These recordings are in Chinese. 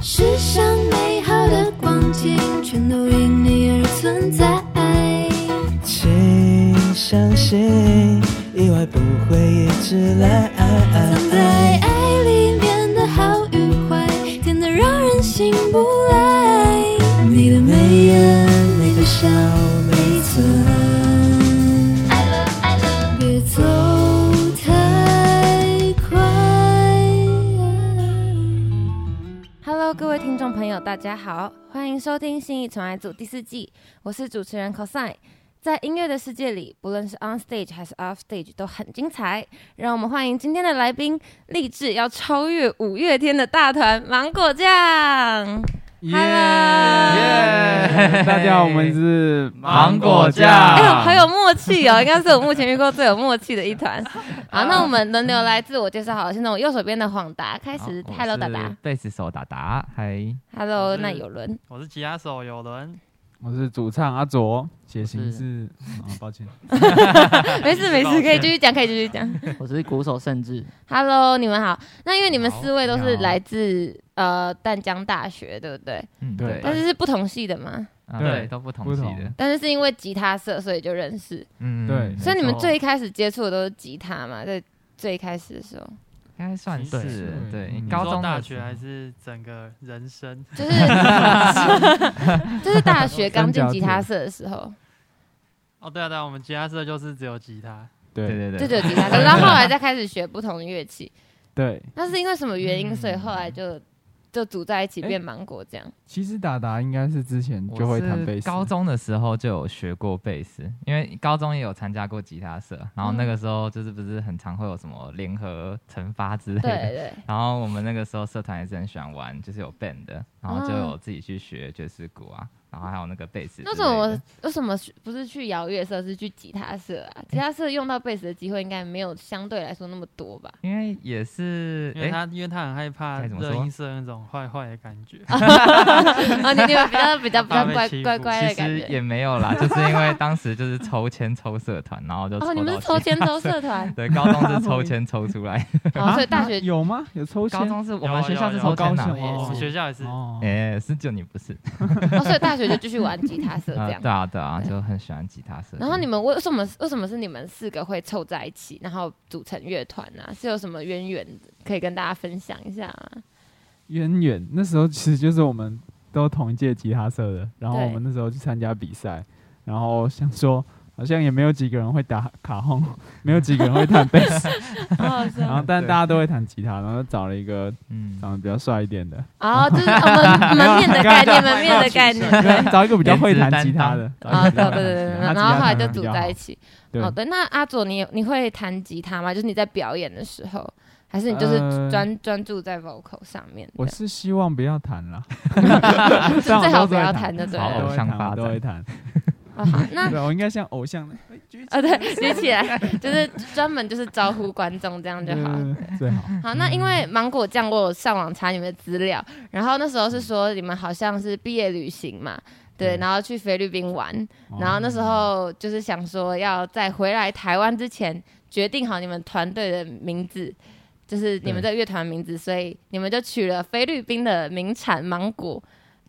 世上美好的光景，全都因你而存在。请相信，意外不会一直来。藏在爱里面的好与坏，甜得让人醒不来。你的眉眼，你的笑，每寸。爱了爱了，别走太快。 Hello，各位听众朋友，大家好，欢迎收听《信义宠爱组》第四季，我是主持人 cosine。在音乐的世界里，不论是 on stage 还是 off stage 都很精彩。让我们欢迎今天的来宾，立志要超越五月天的大团芒果酱。耶 Hello 耶大家好，我们是芒果酱哎、呦，啊好有默契哦，应该是我目前遇过最有默契的一 团。好，那我们轮流来自我介绍好了，现在我右手边的晃达开好始我，Hello 达是达贝斯手达达，嗨， ，Hello 我是那有伦。我是吉他手有人，我是主唱阿卓，血型是啊，抱歉， 没事没事，可以继续讲，可以继续讲。 我是鼓手甚至 Hello，你们好。那因为你们四位都你是好来自呃淡江大学，对不对？嗯，对对，但是是不同系的嘛，啊对对，都不同不系同的，但是是因为吉他社，所以就认识。嗯对嗯所以你们错最一开始接触的都是吉他嘛，在最一开始的时候，应该算其实是对对嗯，高你说中大的学时候还是整个人生？ 就是 就是大学刚进吉他社的时候，哦，对啊，对啊，我们吉他社就是只有吉他，对对 对就对只有吉他社，然后后来再开始学不同的乐器。对。那是因为什么原嗯因？所以后来就就组在一起哎变芒果这样。其实达达应该是之前我就会是弹贝斯，高中的时候就有学过贝斯，因为高中也有参加过吉他社，然后那个时候就是不是很常会有什么联合惩罚之类对的，对， 然后我们那个时候社团也是很喜欢玩，就是有 band 的，然后就有自己去学爵士鼓啊，然后还有那个贝斯之类的。那为什么为什么不是去摇乐社，是去吉他社啊？吉他社用到贝斯的机会应该没有相对来说那么多吧？因为也是，因为哎、他因为他很害怕该怎么说热音社那种坏坏的感觉。啊，你你们比较比较比较怕被乖欺负乖乖的其感实觉。 也没有啦，就是因为当时就是抽签抽社团，然后就抽哦，到你们是抽签学，抽社团 对，高中是抽签抽 出来，哦，所以大学有吗？有抽高签？中是 我有们啊学校是有啊抽签有啊的高，中我们学校 也是，哦，哎、是就你不是哦，所以大学就继续玩吉他社啊、这样。对啊对啊，就很喜欢吉他社。然后你们为什么为什么是你们四个会凑在一起，然后组成乐团啊？是有什么渊源可以跟大家分享一下啊吗？渊源那时候其实就是我们都同一届吉他社的，然后对我们那时候去参加比赛，然后想说好像也没有几个人会打卡轰， 没有几个人会弹贝斯，哦，是然后但大对家都会弹吉他，然后找了一个嗯，长得比较帅一点的， 哦，就是我们门面的概念，门面的概念。对找一个比较会弹吉他的，啊，对对对对，对他然后后来就吉组他弹得比较在一好起。对好的，哦那阿佐，你你会弹吉他吗？就是你在表演的时候，还是你就是呃专专注在 vocal 上面的？我是希望不要弹啦， 最好不要弹就对好了。偶像发展都会弹，哦好，那 对我应该像偶像那样哎举起呃，对，举起来就是专门就是招呼观众这样就好。对对 对最好。好，那因为芒果酱，我有上网查你们的资料，然后那时候是说你们好像是毕业旅行嘛，对，嗯然后去菲律宾玩，哦然后那时候就是想说要在回来台湾之前决定好你们团队的名字，就是你们对的乐团名字，所以你们就取了菲律宾的名产芒果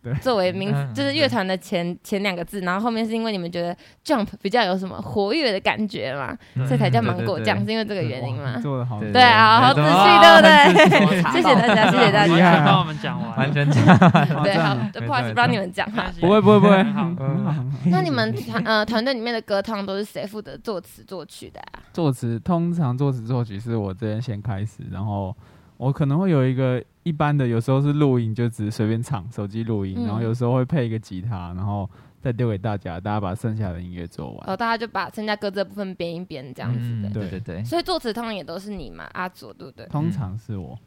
对作为名嗯就是对乐团的前前两个字，然后后面是因为你们觉得 jump 比较有什么活跃的感觉嘛，对所以才叫对对芒果对酱，是因为这个原因哇吗你？做的好，对对啊，好对好仔对细，对不对？哇谢谢大家，谢谢大完厉家。害全啊帮我们讲完 完，全讲好对，这好样，不好意思，不没错让你们讲没哈关。系不会不会不会，很好嗯很 好很好那你们团呃团队里面的歌唱都是谁负责作词作曲的啊？作词通常作词作曲是我这边先开始，然后我可能会有一个一般的，有时候是录音，就只是随便唱，手机录音，嗯然后有时候会配一个吉他，然后再丢给大家，大家把剩下的音乐做完。哦，大家就把剩下歌词的部分编一编这样子的。对对对，所以作词通常也都是你嘛，阿佐对不对？通常是我，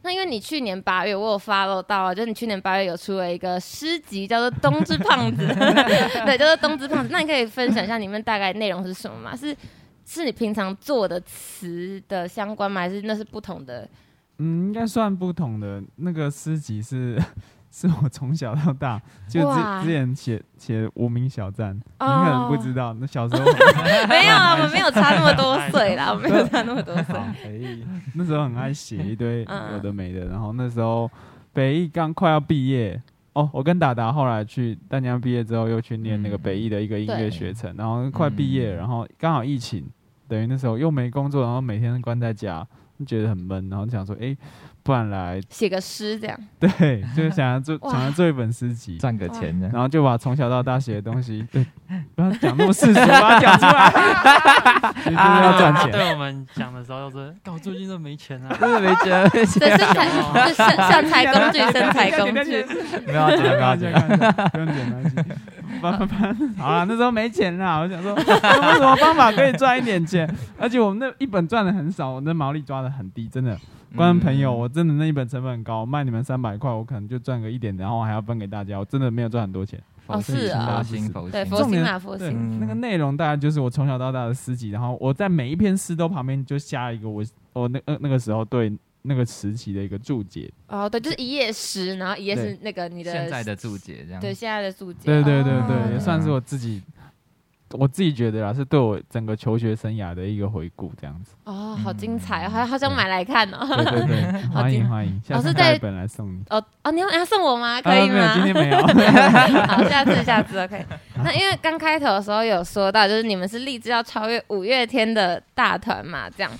那因为你去年八月，我有 follow 到啊，就是你去年八月有出了一个诗集，叫做《冬之胖子》， 对，叫做《冬之胖子》。那你可以分享一下里面大概内容是什么吗？是是你平常做的词的相关吗？还是那是不同的？嗯，应该算不同的。那个诗集是 是我从小到大就之哇之前写写无名小站，你哦可能不知道，那小时候没有啊，我们没有差那么多岁啦，我们没有差那么多岁。嗯好那时候很爱写一堆有的没的，然后那时候北艺刚快要毕业哦，我跟达达后来去淡江毕业之后，又去念那个嗯北艺的一个音乐对学程，然后快毕业，嗯然后刚好疫情，等于那时候又没工作，然后每天关在家，觉得很闷，然后想说，哎、不然来，写个诗这样， 对，就是想要做，哇想要做一本诗集。赚个钱呢。然后就把从小到大写的 东西，对，不要讲那么世俗，把它讲出来，其实就是啊要赚他钱。对我们讲的时候 就是，干我最近都没钱啊，真的没觉得，对身材，对身身材工具，身材工具，啊没有啊觉得，没有不觉得。用剪，没关系。反反反，好啦，那时候没钱啦，我想说有没有什么方法可以赚一点钱？而且我们那一本赚的很少，我那毛利抓的很低，真的。观众朋友，嗯我真的那一本成本很高，我卖你们三百块，我可能就赚个一点，然后还要分给大家，我真的没有赚很多钱。哦是啊佛心佛对心，佛心啊，佛对心，，那个内容大概就是我从小到大的诗集，然后我在每一篇诗都旁边就下一个我我那呃那个时候对那个时期的一个注解。哦对，就是一页诗，然后一页是那个你的现在的注解这样。对现在的注解，对对对哦对，也嗯算是我自己，我自己觉得啦，是对我整个求学生涯的一个回顾，这样 子。哦，好精彩哦，嗯好好想买来看哦。对对对，好欢精迎彩欢迎，下次是带在一本来送你。 哦哦，你要你要送我吗？可啊以没有，吗？今天没有。好，下次下次 OK。那因为刚开头的时候有说到，就是你们是立志要超越五月天的大团嘛，这样。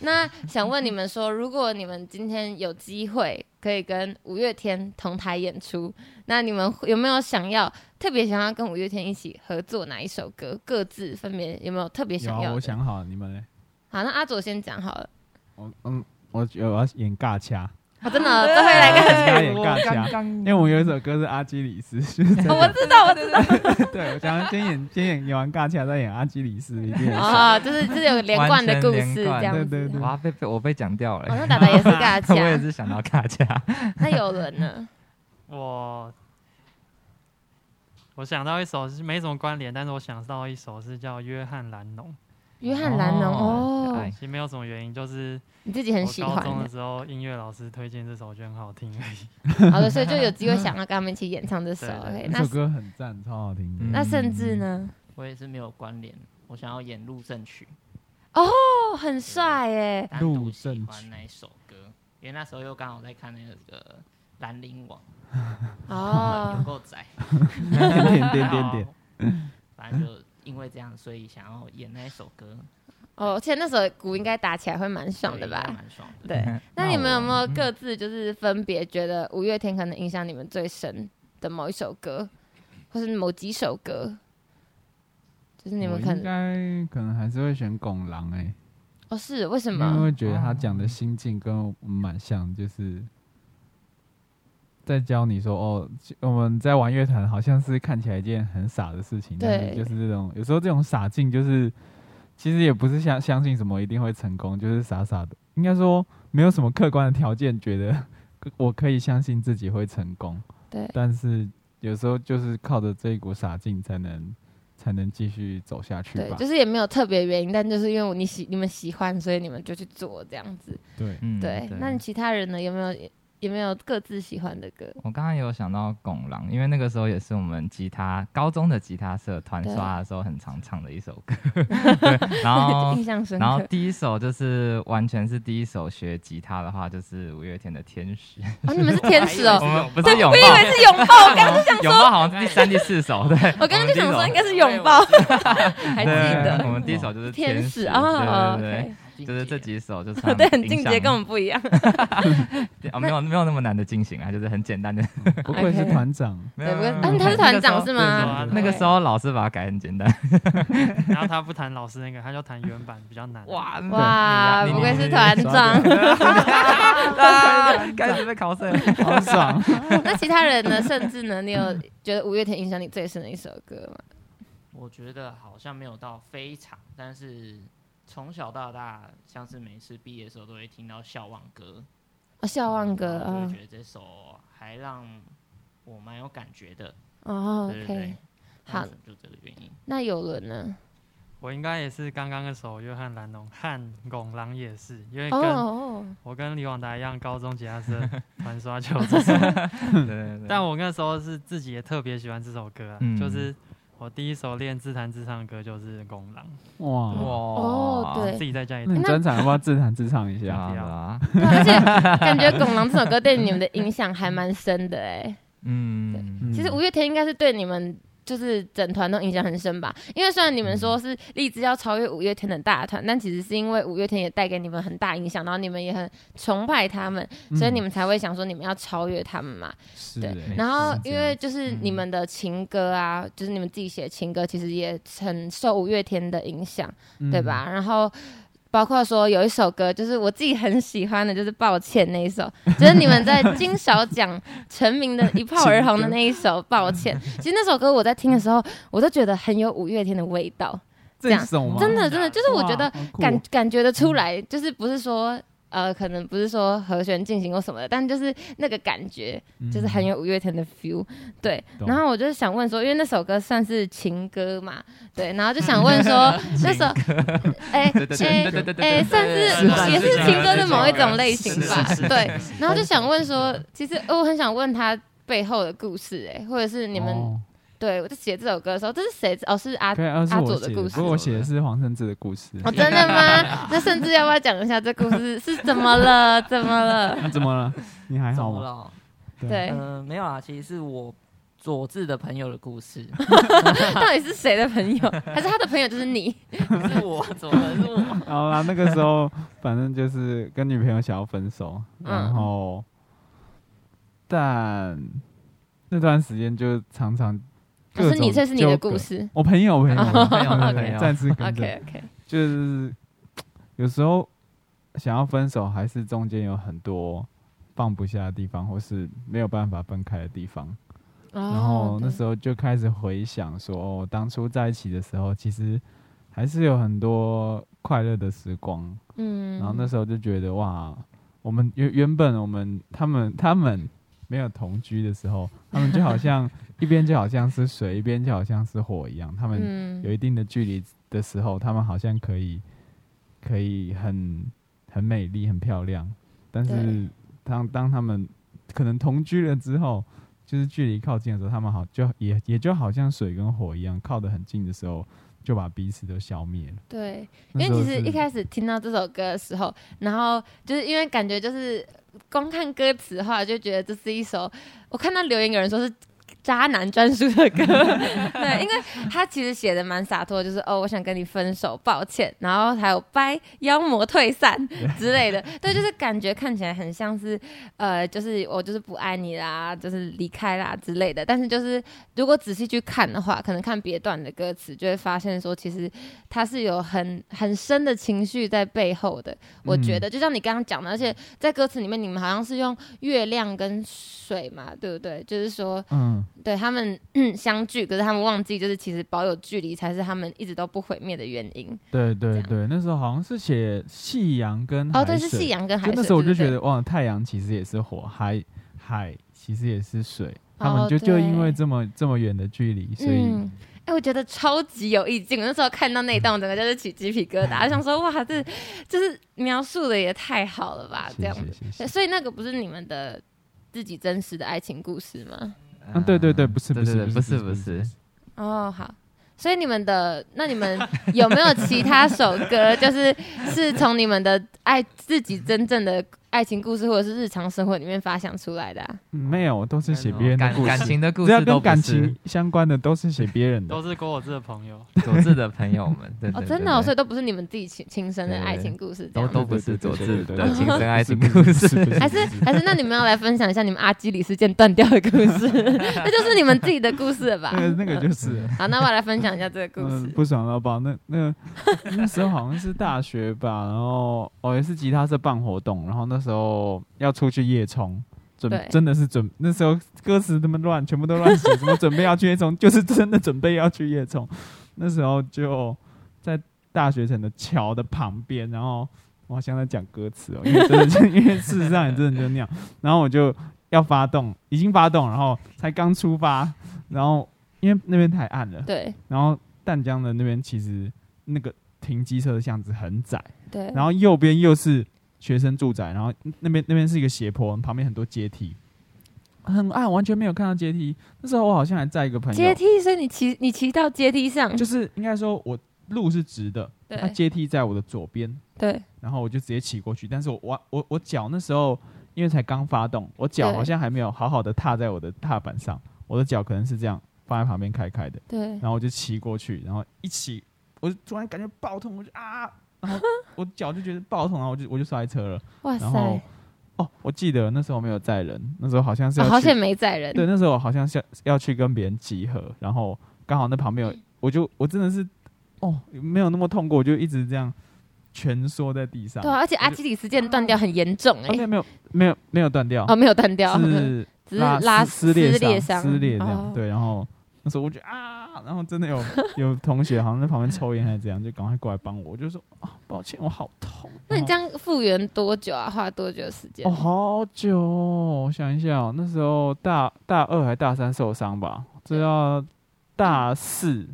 那想问你们说，如果你们今天有机会可以跟五月天同台演出，那你们有没有想要特别想要跟五月天一起合作哪一首歌？各自分别 有没有特别有想啊，要我的？想好了，你们嘞？好，那阿佐先讲好了。我嗯，我我要演尬掐，我真的都会来跟。 要演尬掐。因为我有一首歌是阿基里斯， 就是这我个知道，我知道 对，我想要先演先演演完尬掐，再演阿基里斯，一定很爽。哦，就是就是有连贯的故完事全连这贯样子。哦对对对哇，被被我被讲掉好了，像达达也是尬 我也掐，是想到卡家，那有人呢？ 我我想到一首是没什么关联，但是我想到一首是叫约翰兰农，约翰兰农哦哦哎，其实没有什么原因，就是你自己我很喜高欢中的的，时候音乐老师推荐这首，我觉得很好听而 已。好哦的，所以就有机会想要跟他们一起演唱这首。对对 OK，那那首歌很赞，超好听的。嗯那甚至呢？我也是没有关联，我想要演入阵曲，哦，很帅耶！单独入喜阵曲欢那一首歌，因为那时候又刚好在看那个《兰陵王》，有哦，够窄， 点点点还点好点，反正就因为这样，所以想要演那一首歌，哦，而且那首鼓应该打起来会蛮爽对的应该吧？蛮爽的。 对。那你们有没有嗯各自就是分别觉得五月天可能影响你们最深的某一首歌，或是某几首歌？就是你我们可应能该可能还是会选拱狼哎。哦，是为什因为么？会觉得他讲的心境跟我们蛮像，就是在教你说哦，我们在玩乐团好像是看起来一件很傻的事情，但是对就是这种有时候这种傻劲，就是其实也不是相相信什么一定会成功，就是傻傻的，应该说没有什么客观的条件，觉得我可以相信自己会成功，对但是有时候就是靠着这一股傻劲才能才能继续走下去对，吧，就是也没有特别原因，但就是因为你喜你们喜欢，所以你们就去做这样子。对，嗯对，那你其他人呢？有没有有没有各自喜欢的歌？我刚刚有想到拱狼，因为那个时候也是我们吉他高中的吉他社团刷的时候很常唱的一首 歌，对，然后印象深啊然后刻。第一首就是完全是第一首学吉他的话，就是五月天的《天使》，哦，你们是天使哦 我！们不哎是拥我以抱，为是拥抱，我刚拥抱好像是第三、第四首，对，我刚刚就想说应该是拥我抱，以为我哎 还记对，得我们第一首就是《天使使》，对哦对对，OK，是就是这几首 就唱对，很境界，跟我们不一样。哦，没有没有那么难的进行啊，就是很简单的。不愧是 OK 团长。没对，有不没过有没但有他是团长 是吗？那那个时候老师把它改很简单。啊然后他不弹老师那个，他就弹原版比较难。哇，哇哇，你不你愧你是你团长。啊，开始被考试了。好爽！ 那其他人呢？甚至呢，你有觉得五月天影响你最深的一首歌吗？我觉得好像没有到非常，但是从小到大，像是每次毕业的时候都会听到《笑忘歌哦，笑》，忘歌然后就啊呃会，觉得这首还让我蛮有感觉的。哦对对，OK 对。，好那就这个原因。那有伦呢？我应该也是刚刚那首约翰兰农和拱狼也是，因为哦跟、哦，我跟李广达一样，高中吉他社团刷球这首，对对对，但我那时候是自己也特别喜欢这首歌、啊，嗯就是我第一首练自弹自唱的歌就是《公狼哇，哦，对》，自，己在家里那弹你专场要不要自弹自唱一 对下？啊啊对啊，对而且感觉《拱狼》这首歌对你们的影响还蛮深的哎、嗯，嗯其实五月天应该是对你们就是整团都影响很深吧，因为虽然你们说是荔枝要超越五月天的大团，但其实是因为五月天也带给你们很大影响，然后你们也很崇拜他们，嗯所以你们才会想说你们要超越他们嘛。是对欸然后是这因样嗯为就是你们的情歌啊，就是你们自己写的情歌，其实也很受五月天的影响。嗯对？吧？然后包括说有一首歌，就是我自己很喜欢的，就是《抱歉》那一首，就是你们在金勺奖成名的一炮而红的那一首《抱歉》。其实那首歌我在听的时候，我都觉得很有五月天的味道，这一首吗？真的真的，就是我觉得哇好酷哦感感觉得出来，就是不是说。呃，可能不是说和弦进行或什么的，但就是那个感觉，就是很有五月天的 feel，对。嗯懂然后我就是想问说，因为那首歌算是情歌嘛，对，然后就想问说，那首，哎哎对对对对对对哎，对，算对是也对是对情歌对的对某一对种对类是型是吧，是对。然后就想问说，其实呃我很想问他背后的故事，哎，或者是你们哦对我在写这首歌的时候，这是谁？哦，是阿可以，而是阿我佐的写的，故不事过我写的是黄圣志的故事。哦，真的吗？那甚至要不要讲一下这故事是怎么了？怎么了？那怎么了？你还怎 好么吗？了？对，嗯、没有啊，其实是我佐治的朋友的故事， 到底是谁的朋友？还是他的朋友就是你？不是我，怎么了是 我？好啦，那个时候反正就是跟女朋友想要分手，嗯然后但那段时间就常常还各是你？种这是你的纠葛故。事我朋友，朋友，哦 对对对朋友暂时跟着？OK OK，就是有时候想要分手，还是中间有很多放不下的地方，或是没有办法分开的地方。然哦后那时候就开始回想说，哦，当初在一起的时候，其实还是有很多快乐的时光。嗯，然后那时候就觉得，哇，我们原原本我们他们他们没有同居的时候，他们就好像一边就好像是水，一边就好像是火一样，他们嗯有一定的距离的时候，他们好像可以可以很很美丽、很漂亮，但对是当当他们可能同居了之后，就是距离靠近的时候，他们好就也也就好像水跟火一样，靠得很近的时候，就把彼此都消灭了。对，那因为时其候实一是开始听到这首歌的时候，然后就是因为感觉就是光看歌词的话，就觉得这是一首我看到留言有人说是渣男专属的歌， 对，因为 他其实写的蛮洒脱，就是哦，我想跟你分手，抱歉，然后还有拜妖魔退散之类的，对，就是感觉看起来很像是呃，就是我就是不爱你啦，就是离开啦之类的，但是就是如果仔细去看的话，可能看别段的歌词就会发现说，其实它是有很很深的情绪在背后的。我觉得，就像你刚刚讲的，而且在歌词里面，你们好像是用月亮跟水嘛，对不对？就是说，嗯，对他们 相聚，可是他们忘记，就是其实保有距离才是他们一直都不毁灭的原因。对这对样对，那时候好像是写夕阳跟哦，海对，是水夕阳跟海就水。那时候我就对不对觉得，哇，太阳其实也是火，海海其实也是水，他哦们就就因对为这么这么远的距离，所以、嗯哎、我觉得超级有意境。我那时候看到那一段，我整个就是起鸡皮疙瘩，我想说哇，这就是描述的也太好了吧，啊这谢样谢子。谢谢对。所以那个不是你们的自己真实的爱情故事吗？啊，对对对，嗯不是对不是对对不是不不是，哦，好。所以你们的那你们 有没有其他首歌，就是是从你们的爱自己真正的爱情故事或者是日常生活里面发想出来的、啊？嗯没有，都是写别人的感故感事，情的故只要事跟都感不是情相关的都是写别人的都。是郭我志的朋友，佐治的朋友们，对哦，对对真的、哦，对所以都不是你们自己亲亲身的爱情故事，这都样都不是佐治的亲身爱情不是故不是不是不 事是。还是 还是，那你们要来分享一下你们阿基里事件断掉的故事，那就是你们自己的故事 了吧那？个那个就是，好，那我来分享一下这个故嗯事，。不爽到爆。那那那时候好像是大学吧，然后哦也是吉他社办活动，然后那时候要出去夜冲，准对真的是准那时候歌词那么乱，全部都乱写，什么准备要去夜冲，就是真的准备要去夜冲。 那时候就在大学城的桥的旁边，然后我好像在讲歌词哦，因为真的 就因为事实上也真的就那样，然后我就要发动，已经发动，然后才刚出发，然后因为那边太暗了，对然后淡江的那边其实那个停机车的巷子很窄，对，然后右边又是学生住宅，然后那边那边是一个斜坡，旁边很多阶梯，很暗，完全没有看到阶梯。那时候我好像还载一个朋友，阶梯，所以你骑你骑到阶梯上，就是应该说我路是直的，对那阶梯在我的左边，对，然后我就直接骑过去。但是我我我我脚那时候因为才刚发动，我脚对好像还没有好好的踏在我的踏板上，我的脚可能是这样放在旁边开开的，对，然后我就骑过去，然后一骑，我就突然感觉爆痛，我就啊，然后我脚就觉得爆痛，然后我就我就摔车了。哇塞然，后哦，我记得那时候没有载人，那时候好像是啊要好去险没载人，对，那时候我好像是要去跟别人集合，然后刚好那旁边有，我就我真的是哦，没有那么痛过，我就一直这样蜷缩在地上。对啊，而且阿基里斯腱断掉很严重啊，没有哎，没有没有没有断掉，哦，没有断掉，是 只是拉撕撕裂裂伤撕裂这样。哦对，然后那时候我就啊，然后真的有有同学好像在旁边抽烟还是怎样，就赶快过来帮我，我就说啊，抱歉，我好痛。那你然后这样复原多久啊？花多久时间哦，？好久、哦，我想一下、哦，那时候大大二还大三受伤吧，这要大嗯四、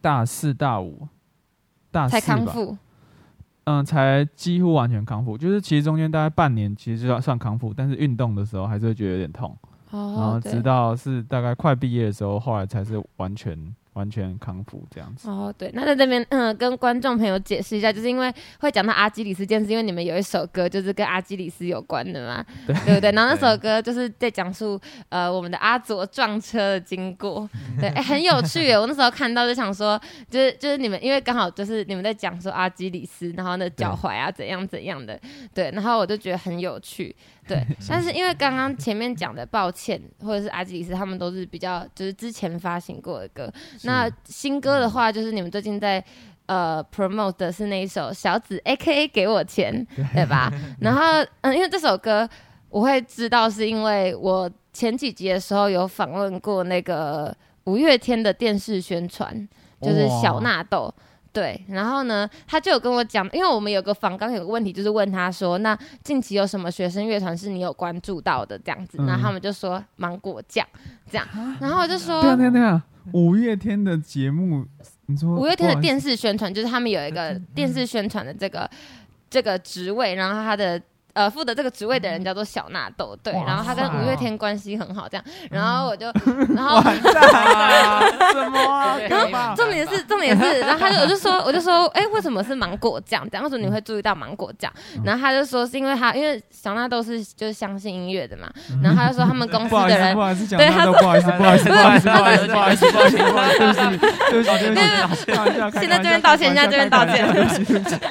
大四大五、大四才康吧，复，嗯，才几乎完全康复。就是其实中间大概半年，其实就算算康复，但是运动的时候还是会觉得有点痛，然哦后，对直到是大概快毕业的时候，后来才是完全完全康复这样子。哦，对，那在这边，嗯，跟观众朋友解释一下，就是因为会讲到阿基里斯腱，是因为你们有一首歌就是跟阿基里斯有关的嘛，对不对？然后那首歌就是在讲述呃我们的阿佐撞车的经 过，对，哎很有趣耶。我那时候看到就想说，就是就是你们因为刚好就是你们在讲说阿基里斯，然后那脚踝啊怎样怎样的，对，然后我就觉得很有趣， 对。但是因为刚刚前面讲的抱歉或者是阿基里斯，他们都是比较就是之前发行过的歌，那新歌的话，就是你们最近在呃 promote 的是那一首《小紫 A K A 给我钱》，对 吧？然后嗯，因为这首歌我会知道，是因为我前几集的时候有访问过那个五月天的电视宣传，就是小纳豆。对，然后呢，他就有跟我讲，因为我们有个访刚有个问题，就是问他说，那近期有什么学生乐团是你有关注到的这样子？嗯然后他们就说芒果酱这样，然后我就说，对啊对啊对啊，五月天的节目，你说五月天不的好意思嗯电视宣传，就是他们有一个电视宣传的这个这个职位，然后他的。呃，负责这个职位的人叫做小纳豆，对，哇然后他跟塞嗯五月天关系很好，这样，然后 我就，然后完蛋了，什么啊？对干嘛？重点是重点是，然后他就我就说我就说，哎、为什么是芒果酱？这样为什么你会注意到芒果酱？嗯然后他就说是因为他因为小纳豆是就是相信音乐的嘛，然后他就说他们公司嗯不好意的思，人不好意思，讲对到他都说不好意思，不好意思，不好意思，对不好意思，对不好意思，不好意思，不好意思，对不起，对不起，对不起，对不起，开玩笑现在这边道歉，现在这边道。开玩笑开玩笑歉，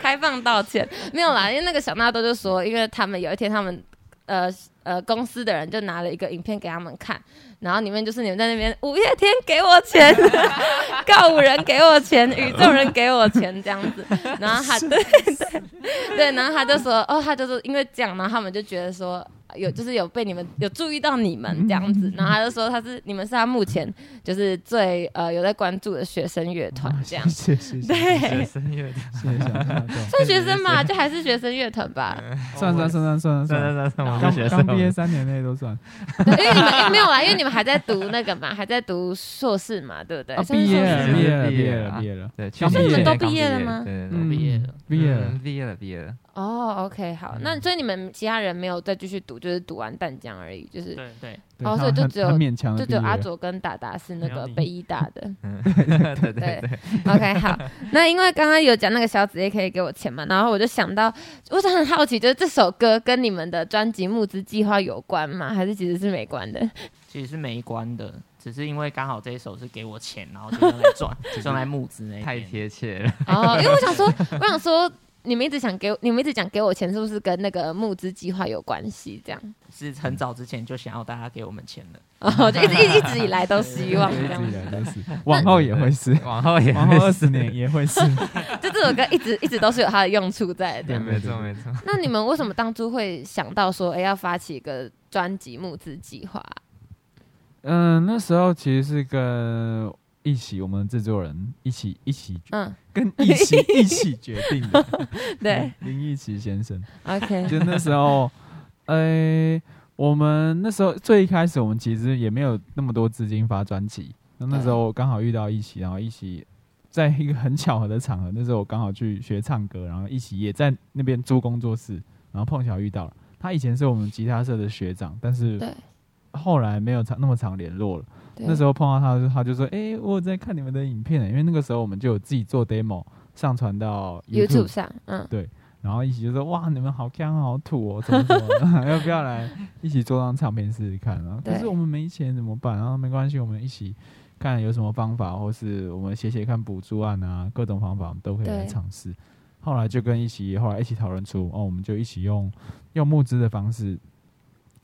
开放道歉，没有嗯啦，因为那个小纳豆就说，因为他们有一天他们呃呃公司的人就拿了一个影片给他们看，然后里面就是你们在那边五月天给我 钱，告五人给我钱，宇宙人给我钱这样 子，然后他对对对，然后他就说哦，他就是因为这样，然后他们就觉得说。有就是有被你们有注意到你嗯们这样子，然后他就说他是你们是他目前就是最呃有在关注的学生乐团这样，哦谢谢，谢谢，对学，生乐团，谢谢小朋友。算学生嘛，就还是学生乐团吧。算算算算算算算，算算，我们学刚生刚毕业三年内都算对，因为你们没有啦，因为你们还在读那个嘛，还在读硕士嘛，对不对啊，？算是毕业硕士了，是毕业是了，毕毕业业了，啊毕业了，对，刚去毕年业刚都毕业了毕吗对对对，嗯毕业了，毕业了嗯，毕业了，毕业了。哦，OK，好，那所以你们其他人没有再继续读，就是读完淡江而已，就是对对，对哦他所以就很只有很勉强的就毕只业有阿了。卓跟达达是那没个有你北医大的。对对对对对， OK，好，那因为刚刚有讲那个小紫也可以给我钱嘛，然后我就想到，我就很好奇，就是这首歌跟你们的专辑募资计划有关吗？还是其实是没关的？其实是没关的，只是因为刚好这一首是给我钱，然后就用来 赚，用来募资那一太边贴切了。哦，因为我想说， 我想说，你们一直想给我，你们一直讲给我钱，是不是跟那个募资计划有关系？这样，是很早之前就想要大家给我们钱了。哦，就一直一一直以来都希 望这一直样以，来都是， 往后也会是，往后也往后二会十年也会是。就这首歌一直一直都是有它的用处在 对，的。没错没错。那你们为什么当初会想到说，哎、要发起一个专辑募资计划？ 嗯，那时候其实是跟一起我们制作人一起一起嗯，跟一 起一起决定的，对林一奇先生。嗯，OK，就那时候，呃、我们那时候最一开始，我们其实也没有那么多资金发专辑。那那时候刚好遇到一起，然后一起在一个很巧合的场合，那时候我刚好去学唱歌，然后一起也在那边租工作室，然后碰巧遇到了。他以前是我们吉他社的学长，但是对后来没有常那么常联络了。对那时候碰到他的时候，他就说：“诶，我有在看你们的影片、欸，因为那个时候我们就有自己做 demo 上传到 YouTube 上，嗯，然后一起就说：“哇，你们好看好土哦，怎么怎么的， 要不要来一起做张唱片试试看啊？”对可是我们没钱怎么办啊？没关系，我们一起看有什么方法，或是我们写写看补助案啊，各种方法我们都可以来对尝试。后来就跟一起，后来一起讨论出哦，我们就一起用用募资的方式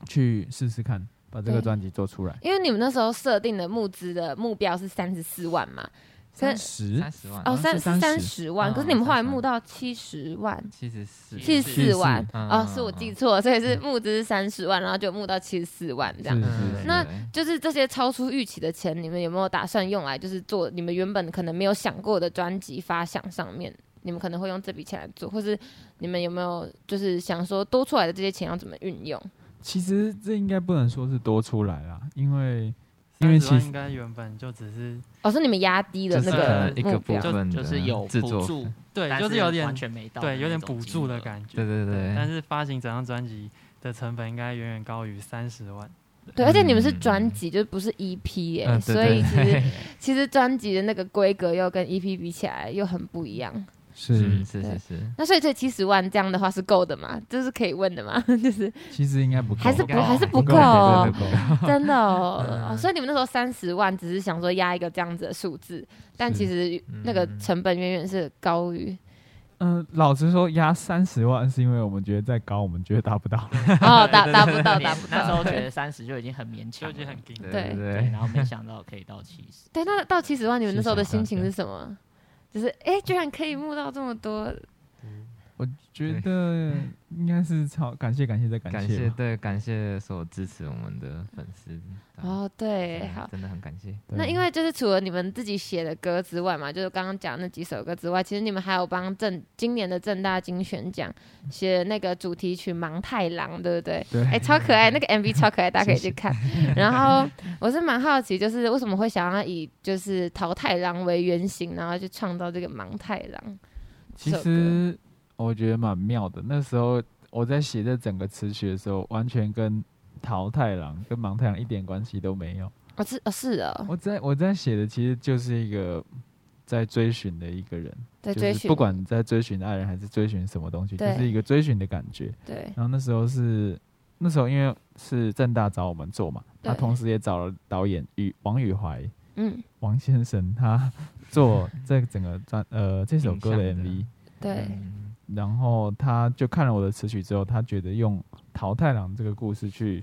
去试试看，把这个对专辑做出来。因为你们那时候设定的募资的目标是三十四万嘛，可三是十三十万哦，三是30三十万，嗯可是你们后来30募到七十万，七十四七十四万74嗯哦，是我记错了，所以是募资是三十万，然后就募到七十四万这样是。那嗯对就是这些超出预期的钱，你们有没有打算用来就是做你们原本可能没有想过的专辑发想上面？你们可能会用这笔钱来做，或是你们有没有就是想说多出来的这些钱要怎么运用？其实这应该不能说是多出来啦，因为因为三十其万实应该原本就只是哦，是你们压低的那就是个呃一目个标部，分的就是有制作补， 助，对，但就是有点完全没到，对，有点补助的感觉。对对对但是发行整张专辑的成本应该远远高于三十万。对，而且你们是嗯专辑，就不是 EP 哎、嗯对所以其对实 其实专辑的那个规格又跟 EP 比起来又很不一样。是嗯是对是是，那所以这七十万这样的话是够的吗？这是可以问的吗？就是其实应该不够，还是不不够还是不不够够，哦对，对对对 真的哦哦。所以你们那时候三十万只是想说压一个这样子的数字，但是其实那个成本远远是高 于嗯，老实说，压三十万是因为我们觉得再高，我们觉得达不 到。哦，达达不到，达不那时到候。觉得三十就已经很勉强就了，已经很紧。对对对，对然后没想到可以到七十，对，那到七十万，你们那时候的心情是是什么？就是哎、居然可以募到这么多，我觉得应该是超感谢感谢再感感谢谢吧，对感谢所有支持我们的粉丝，哦，对，嗯好，真的很感谢。对那因为就是除了你们自己写的歌之外嘛，就是刚刚讲那几首歌之外，其实你们还有帮正今年的正大金选奖写那个主题曲《盲太郎》，对不对？对 哎、超可爱，那个 MV 超可爱，大家可以去看。然后我是蛮好奇，就是为什么会想要以就是桃太郎为原型，然后去创造这个盲太郎？其这首歌实我觉得蛮妙的。那时候我在写这整个词曲的时候，完全跟桃太郎跟盲太郎一点关系都没有。哦，是哦，是哦，我在我在写的其实就是一个在追寻的一个人，在就追是寻，不管在追寻爱人还是追寻什么东西，就对是一个追寻的感觉。对然后那时候是那时候因为是正大找我们做嘛，对他同时也找了导演宇王宇怀嗯王先生，他做这整个专呃这首歌的影像的 MV，对嗯然后他就看了我的词曲之后，他觉得用桃太郎这个故事去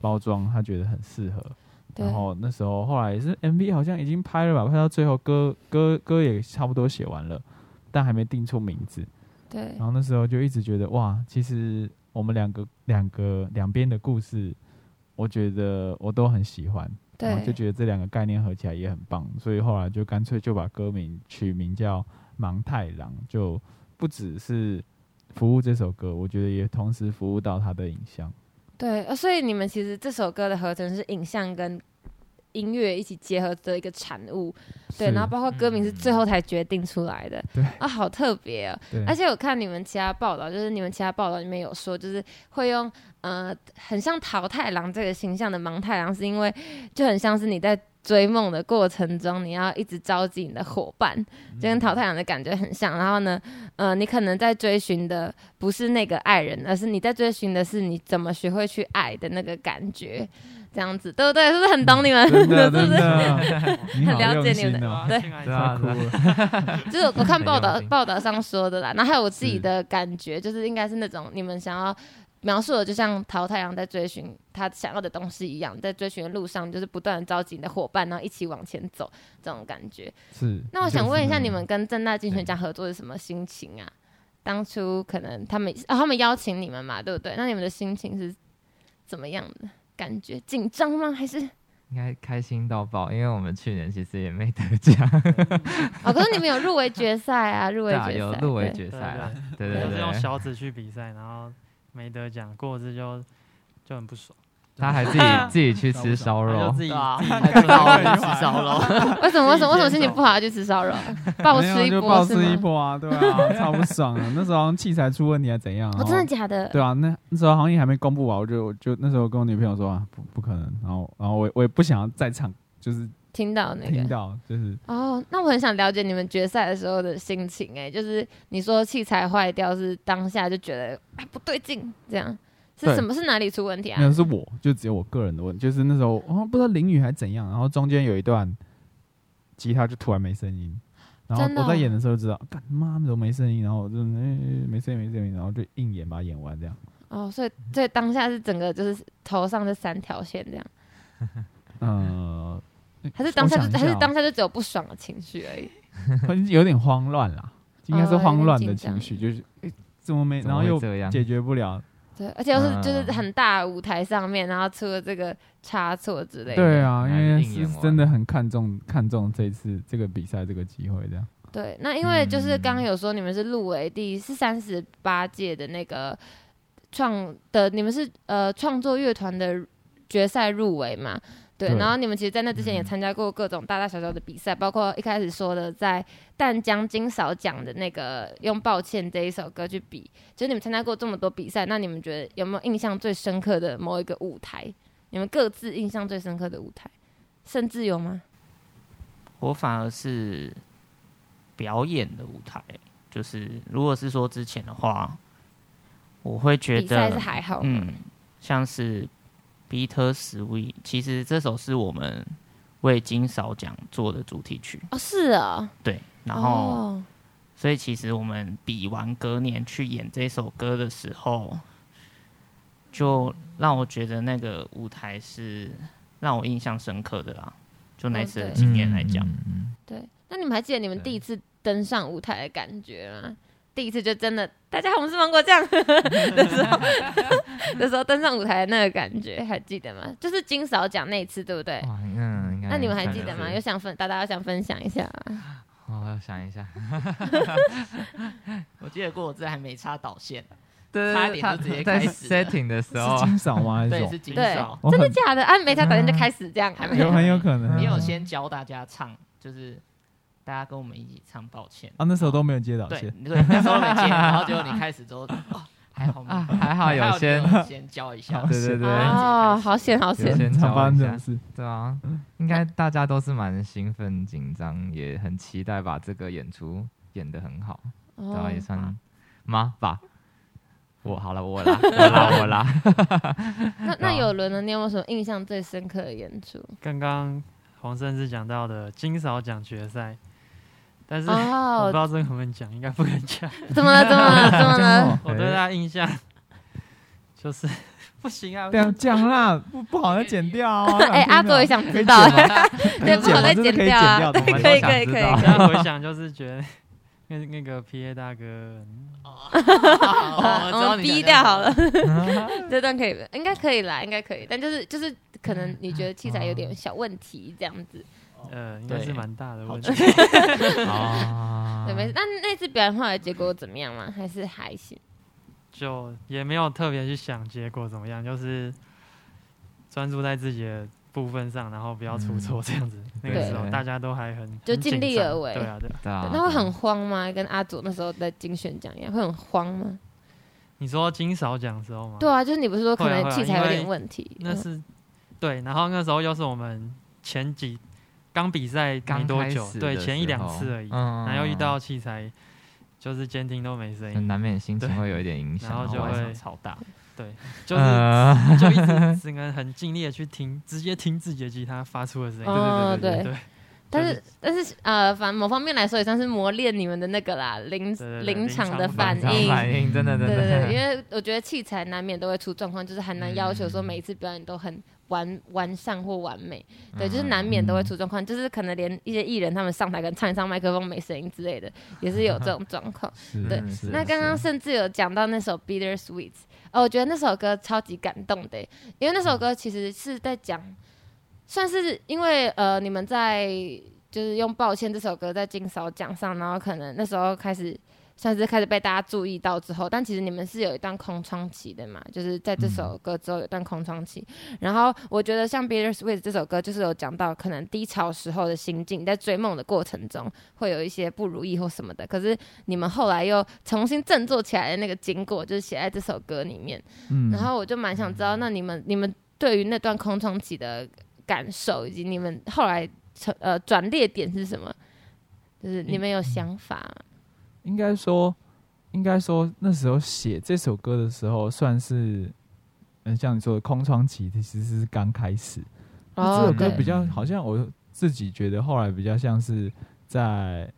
包装，他觉得很适合。对然后那时候后来是 MV 好像已经拍了吧，拍到最后歌歌歌也差不多写完了，但还没定出名字。对然后那时候就一直觉得哇，其实我们两个两个两边的故事，我觉得我都很喜欢，然后就对觉得这两个概念合起来也很棒，所以后来就干脆就把歌名取名叫《盲太郎》，就不只是服务这首歌，我觉得也同时服务到他的影像。对，呃所以你们其实这首歌的合成是影像跟。音乐一起结合的一个产物，对，是然后包括歌名是嗯最后才决定出来的，对啊，好特别哦，对，而且我看你们其他报道，就是你们其他报道里面有说，就是会用呃很像桃太郎这个形象的盲太郎，是因为就很像是你在追梦的过程中，你要一直召集你的伙伴，嗯就跟桃太郎的感觉很像。然后呢，呃，你可能在追寻的不是那个爱人，而是你在追寻的是你怎么学会去爱的那个感觉，这样子对不对？是不是很懂你们？嗯真的 是不真是？的，你好很了解用你们心哦，对亲爱对的啊太酷了，就是我看报很道用心报道上说的啦，然后还有我自己是的感觉，就是应该是那种你们想要描述的，就像桃太阳在追寻他想要的东西一样，在追寻的路上就是不断的召集你的伙伴，然后一起往前走这种感觉。是。那我想问一下，你们就是跟正大竞选奖合作是什么心情啊？当初可能他们、啊他们邀请你们嘛，对不对？那你们的心情是怎么样的？感觉紧张吗？还是应该开心到爆，因为我们去年其实也没得奖，哦？可是你们有入围决赛啊， 入围对啊，决赛，有入围对决赛啦，对对对就是用对，小指去比赛，然后没得奖，过日就就很不爽。他还自己自己去吃烧他就肉自，己对啊自己还到我们吃烧肉，为什么为什么为什么心情不好要去吃烧肉？暴没有啊吃一就波暴是吃一吗？波啊，对啊，超不爽啊！那时候好像器材出问题还怎样？哦我真的假的？对啊，那那时候好像也还没公布完，啊我就我就那时候跟我女朋友说啊，不不可能，然后然后我也我也不想要在场，就是听到那听个到，就是哦，那我很想了解你们决赛的时候的心情哎、就是你说器材坏掉是当下就觉得哎不对劲，这样是对什么？是哪里出问题啊没？有是我就只有我个人的问题，就是那时候哦不知道淋雨还怎样，然后中间有一段吉他就突然没声音，然后真的我哦在演的时候就知道，干妈怎么没声音，然后我就、哎哎没声音没声音，然后就硬演把它演完这样。哦，所以所以当下是整个就是头上这三条线这样，呃，还是当下我想一就下还是哦当下就只有不爽的情绪而已？有点慌乱啦，应该是慌乱的情绪，哦就是、哎怎么没，怎然么后会又这样？解决不了，对，而且又是嗯就是很大的舞台上面，然后出了这个差错之类的。对啊，因还是为硬是演完真的很看重看重这次这个比赛这个机会这样。对，那因为就是嗯刚刚有说你们是入围第是三十八届的那个创的，你们是呃创作乐团的决赛入围嘛？对，对然后你们其实，在那嗯之前也参加过各种大大小小的比赛，包括一开始说的在淡江金勺奖的那个用《抱歉》这一首歌去比，就是你们参加过这么多比赛，那你们觉得有没有印象最深刻的某一个舞台？你们各自印象最深刻的舞台，甚至有吗？我反而是表演的舞台，就是如果是说之前的话，我会觉比赛得是还好，嗯，像是《Bitter Sweet》，其实这首是我们为金勺奖做的主题曲，哦，是啊、对。然后，哦，所以其实我们比完隔年去演这首歌的时候，就让我觉得那个舞台是让我印象深刻的啦。就那次的哦对经验来讲，嗯，嗯嗯对，那你们还记得你们对第一次登上舞台的感觉吗？第一次就真的，大家好，我们是芒果酱的时候，的时候登上舞台的那个感觉还记得吗？就是金勺奖那一次，对不对？哇，嗯，应该那你们还记得算吗？是有想分，大家有想分享一下吗？哦我想一下，我记得过我这还没插导线，对差点就直接在开始了 setting 的时 候是，清扫吗？还是什对，么 是金啊对勺。我真的哦很假的？啊，没他打算就开始这样，还没有很有可能，你有先教大家唱，就是大家跟我们一起唱《抱歉》啊，那时候都没有接到对线，对，那时候没接，然后结果你开始之后，哦，还好啊 吗？还好有先还，好先教一下，对对对，哦，好险好有险！ 先常找发一生这下种，事。 对啊，应该大家都是蛮兴奋、紧张，也很期待把这个演出演得很好，对哦嗯啊，也算吗？吧，我好了，我啦，我啦，我啦，那那有伦呢？你有没有什么印象最深刻的演出？刚刚黄胜志讲到的金勺奖决赛，但是 我不知哦，道这个能不能讲，应该不能讲。 怎么了？怎么了？怎么了？嗯我啊对他印象就是不行 啊， 这样讲啦，不不好再剪掉啊！ 哎，阿作作也想知道，对，不好再剪吗这是可以掉啊，剪掉的可吗以可以可以可以我想现在回想就是觉得那那个 P A 大哥，啊我我们嗯逼掉好了。啊 这段可以，应该可以啦，应该可以。但就是就是，可能你觉得器材有点小问题这样子，呃，应该是对蛮大的好问题。 哦啊对没事。那那次表演后来结果怎么样吗？还是还行？就也没有特别去想结果怎么样，就是专注在自己的部分上，然后不要嗯出错这样子。那个时候对大家都还很就很紧尽力张而为对啊，对啊。对啊，那会很慌吗？跟阿祖那时候在精选奖一样，会很慌吗？你说金勺奖的时候吗？对，啊，就是你不是说可会啊能会啊器材有因点为问题？那是对，然后那时候又是我们前几刚比赛没刚多开久，始对，的前时一两候次而已，嗯然后又遇到器材就是监听都没声就音，难免心情对会有一点影响，然后就晚上会超大，就是、呃就一直只能很尽力的去听，直接听自己的吉他发出的声音。哦对对对对对但就是但是呃，反正某方面来说也算是磨练你们的那个啦，临对对对临临场场的反反晚上应。反应真的真对对对，因的， 为我觉得器材难免都会出状况，就是很难要求说每一次表演都很完完善或完美。对，嗯就是难免都会出状况，就是可能连一些艺人他们上台跟唱一唱麦克风没声音之类的，也是有这种状况。是对嗯 是那刚刚是甚至有讲到那首《Bitter Sweet》，哦，我觉得那首歌超级感动的耶，因为那嗯首歌其实是在讲，算是因为呃，你们在就是用《抱歉》这首歌在金勺奖上，然后可能那时候开始算是开始被大家注意到之后，但其实你们是有一段空窗期的嘛，就是在这首歌之后有一段空窗期。然后我觉得像《Bitter Sweet》这首歌，就是有讲到可能低潮时候的心境，在追梦的过程中会有一些不如意或什么的，可是你们后来又重新振作起来的那个经过，就是写在这首歌里面。嗯，然后我就蛮想知道，那你们你们对于那段空窗期的感受，以及你们后来成呃转捩点是什么？就是你们有想法吗？应该说，应该说那时候写这首歌的时候，算是嗯，像你说的空窗期，其实是刚开始。嗯那这首歌哦对比较好像我自己觉得后来比较像是在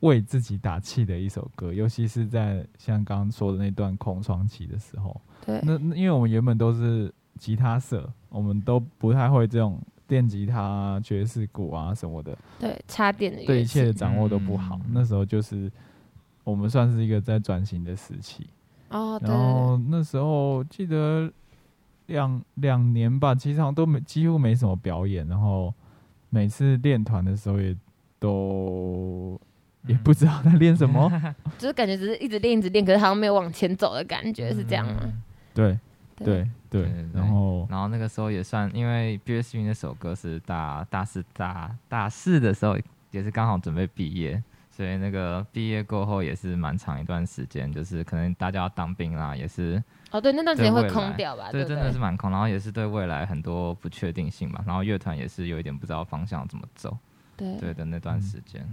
为自己打气的一首歌，尤其是在像刚刚说的那段空窗期的时候。对那那因为我们原本都是吉他社，我们都不太会这种电吉他啊、爵士鼓啊什么的。对，差点的对乐一器切的掌握都不好。嗯那时候就是我们算是一个在转型的时期，哦，对然后那时候记得两两年吧，其实好像都没几乎没什么表演，然后每次练团的时候也都也不知道在练什么。对对就是感觉只是一直练一直练，可是好像没有往前走的感觉，是这样吗？嗯对对对对对对，然后然后那个时候也算，因为《b e a r s 那首歌是大大四大大四的时候，也是刚好准备毕业，所以那个毕业过后也是蛮长一段时间，就是可能大家要当兵啦，也是哦，对，那段时间对会未来空掉啊吧？对不真对，的是蛮空，然后也是对未来很多不确定性嘛，然后乐团也是有一点不知道方向怎么走，对对的那段时间，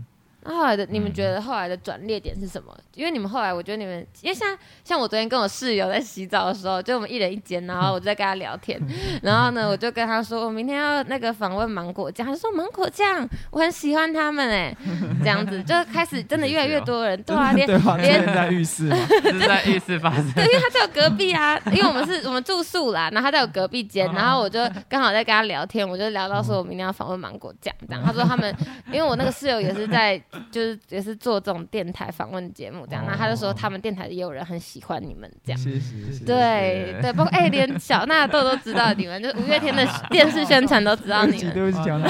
那后来的你们嗯觉得后来的转捩点是什么？因为你们后来，我觉得你们，因为像像我昨天跟我室友在洗澡的时候，就我们一人一间，然后我就在跟他聊 天，然后呢，我就跟他说，我哦明天要那个访问芒果酱，他就说芒果酱，我很喜欢他们哎，这样子就开始 真的越来越多人，对啊，连对话连练在浴室嘛， 是在浴室发生。对，因为他在我隔壁啊，因为我们是我们住宿啦，然后他在我隔壁哦间，然后我就刚好在跟他聊天，我就聊到说我明天要访问芒果酱，这样他说他们，因为我那个室友也是在就是也是做这种电台访问节目这样，那他就说他们电台也有人很喜欢你们这样。谢谢哦谢对对，包括哎、连小纳豆都知道你们，就是五月 天的电视宣传都知道对不你起们。对不起，讲到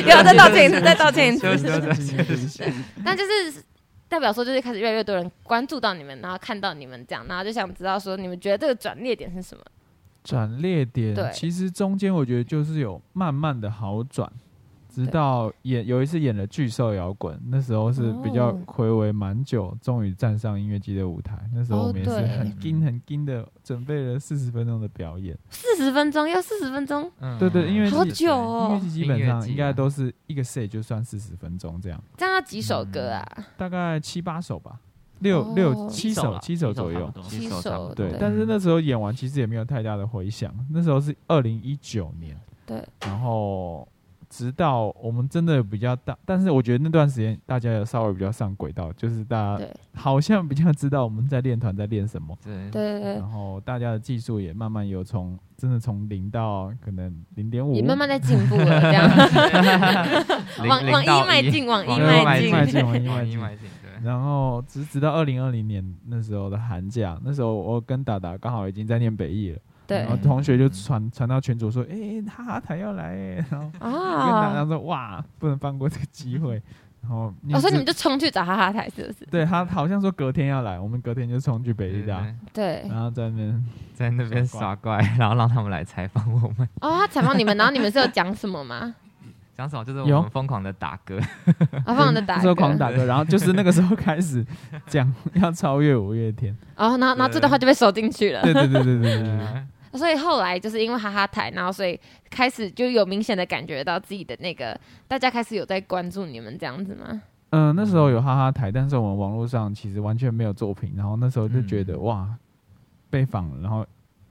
有啊再道歉一次，再道歉一次。啊对不啊起对不起 但就是代表说，就是开始越来越多人关注到你们，然后看到你们这样，然后就想知道说，你们觉得这个转捩点是什么？转捩对点，其实中间我觉得就是有慢慢的好转，直到演有一次演了《巨兽摇滚》，那时候是比较哦回违蛮久，终于站上音乐季的舞台。那时候我们也是哦对很紧很紧的准备了四十分钟的表演。四十分钟要四十分钟，嗯对对因为好久音乐哦季！基本音乐上季啊应该都是一个 set 就算四十分钟这样，这样要几首歌啊？大概七八首吧，六、哦六七嗯七首啦七首左右。，七七七首差不首多对对，但是那时候演完其实也没有太大的回响，那时候是二零一九年。对，然后直到我们真的比较大，但是我觉得那段时间大家有稍微比较上轨道，就是大家对好像比较知道我们在练团在练什么，对 对对对，然后大家的技术也慢慢有从真的从零到可能零点五，也慢慢在进步了，这样 零往零往到一迈进，往一往迈迈进。进， 往一一迈迈进，进。迈进，对，然后直直到二零二零年那时候的寒假，那时候我跟达达刚好已经在念北艺了，对然后同学就传传到群主说，哎、哈哈台要来、欸，然后我跟达啊，达说，哇，不能放过这个机会，然后我说知哦你们就冲去找哈哈台是不是？ 对他好像说隔天要来，我们隔天就冲去北对医大，对对，然后在那边在那边耍耍怪，然后让他们来采访我们。哦，他采访你们，然后你们是有讲什么吗？ 讲什么？就是有我们疯狂的打歌，啊，放的打那时歌候，狂打歌，然后就是那个时候开始讲 要超越五月 天，哦，然后然后这段话就被收进去了。对对对对对 对对，嗯所以后来就是因为哈哈台，然后所以开始就有明显的感觉到自己的那个，大家开始有在关注你们这样子吗？嗯、那时候有哈哈台，但是我们网络上其实完全没有作品，然后那时候就觉得、嗯哇，被访了，然后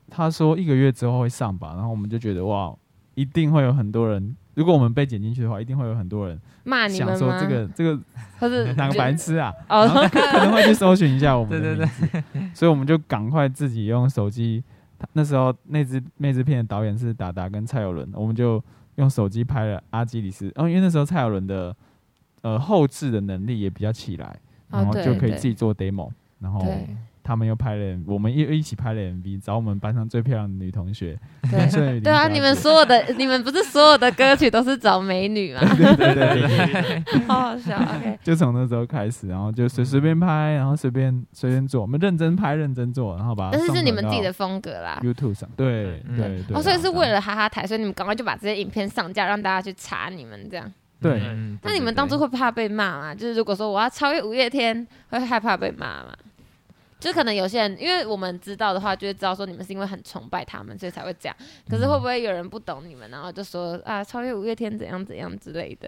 他说一个月之后会上吧，然后我们就觉得哇，一定会有很多人，如果我们被剪进去的话，一定会有很多人骂你想们说吗？这个 这个或是哪个觉白痴啊，然后哦， 可能会去搜寻一下我们对的对名字对，所以我们就赶快自己用手机。他那时候那支那支片的导演是达达跟蔡友伦，我们就用手机拍了阿基里斯。哦，因为那时候蔡友伦的呃后置的能力也比较起来，哦然后对就可以对自己做 demo，然后对他们又拍了，我们又一起拍了 MV，找我们班上最漂亮的女同学，对 所以对啊，你们所有的 你们不是所有的歌曲都是找美女吗？ 对对对对，好好笑。OK，就从那时候开始，然后就随随便拍，然后随便随便做，我们认真拍认真做，然后把 它但是是你们上传到自己的风格啦。 YouTube 上，对嗯对对，啊哦，所以是为了哈哈台，所以你们赶快就把这些影片上架，让大家去查你们这样。对嗯那你们当初会怕被骂吗？就是如果说我要超越五月天，会害怕被骂吗？就可能有些人，因为我们知道的话，就会知道说你们是因为很崇拜他们，所以才会这样。可是会不会有人不懂你们，然后就说啊，超越五月天怎样怎样之类的？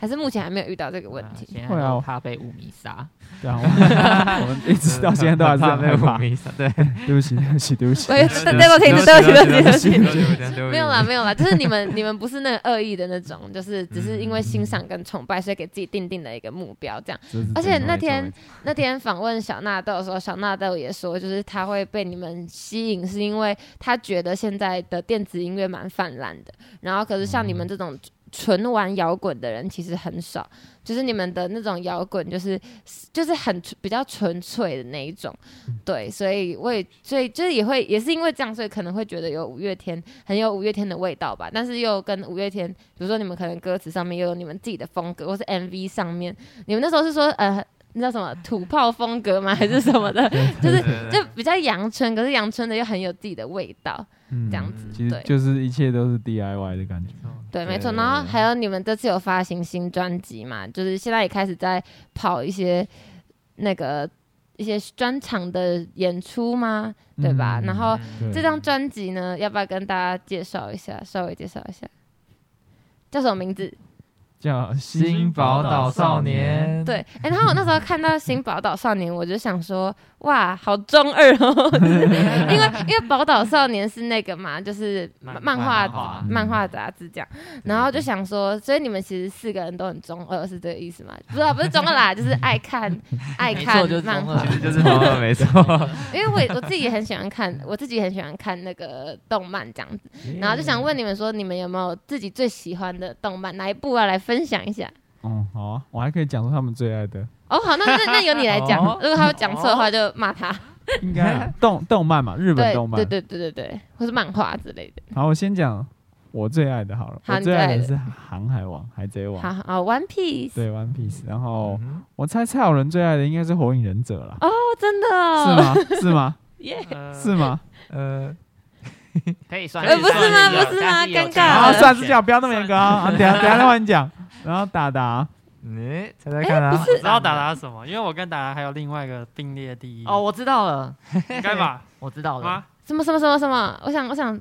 还是目前还没有遇到这个问题？现在会啊都怕被五迷杀。对啊，我我们一直到现在都还是怕很被害怕五。迷杀，对，对不起，对不起，对不起我。也是，对不起，对不起，对不起，对不起。起没有啦，，没有啦，就是你们你们不是那个恶意的那种，就是只是因为欣赏跟崇拜，所以给自己定定了一个目标这样。这是而且真的那天那天访问小纳豆的时候，小纳豆也说，就是他会被你们吸引，是因为他觉得现在的电子音乐蛮泛滥的，然后可是像你们这种纯玩摇滚的人其实很少，就是你们的那种摇滚就是就是很纯比较纯粹的那一种，对，所以我也所以就是也会也是因为这样，所以可能会觉得有五月天很有五月天的味道吧，但是又跟五月天，比如说你们可能歌词上面又有你们自己的风格，或是 MV 上面，你们那时候是说呃。那叫什么土炮风格吗？还是什么的？就是对对就比较阳春，可是阳春的又很有自己的味道，嗯这样子。其实对就是一切都是 DIY 的感觉。对，没错。对然后还有你们这次有发行新专辑嘛？就是现在也开始在跑一些那个一些专场的演出吗？对吧？嗯然后对这张专辑呢，要不要跟大家介绍一下？稍微介绍一下，叫什么名字？叫《新宝岛少年》，嗯年，对，哎、然后我那时候看到《新宝岛少年》，我就想说，哇，好中二 哦，就是因为因为《宝岛少年》是那个嘛，就是漫漫漫画哦嗯漫画漫画杂志这样，然后就想说，所以你们其实四个人都很中二，是这个意思吗？不是、啊，不是中 二啦，就是爱看爱没看错就是中漫二画其，实就是黄二没错，因为我也我自己也很喜欢看，我自己也很喜欢看那个动漫这样子，嗯然后就想问你们说，你们有没有自己最喜欢的动漫哪一部啊？来分享一下。嗯，好啊，我还可以讲出他们最爱的，哦，好，那那那由你来讲。哦如果他有讲错的话，就骂他。应 该啊动动漫嘛，日本对动漫对。对对对对，或是漫画之类的。好，我先讲我最爱的好了，好我你最最爱爱的的是《航海王》《海贼王好》，好好，One Piece。对《One Piece》。然后嗯我猜蔡好人最爱的应该是《火影忍者》啦，哦，真的是哦。吗？ 是吗？呃 是吗？呃，可以算呃是不是算吗有不是但吗有尴其尬他了啊，的算选是这样，不要那么严格啊！啊等一下等一下再换你讲。然后 达达，你猜猜看啊，知道达达什么？因为我跟达达还有另外一个并列第一哦，，我知道了，应该吧？我知道了吗。？什么什么什么什么？我想我想，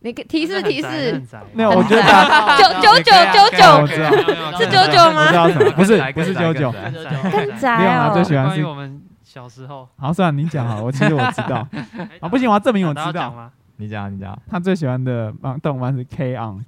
你给提示提示，没有，我觉得达 九九九九啊九我知道是是九九我知吗？道什么，不是来不是来九来九，来更宅。没有宅啦哦最。喜欢关于是我们小时候，好，算了，你讲好，我其实我知道啊，不行，我要证明我达达知要讲道。吗？你讲你讲他最喜欢的漫动漫是 K on，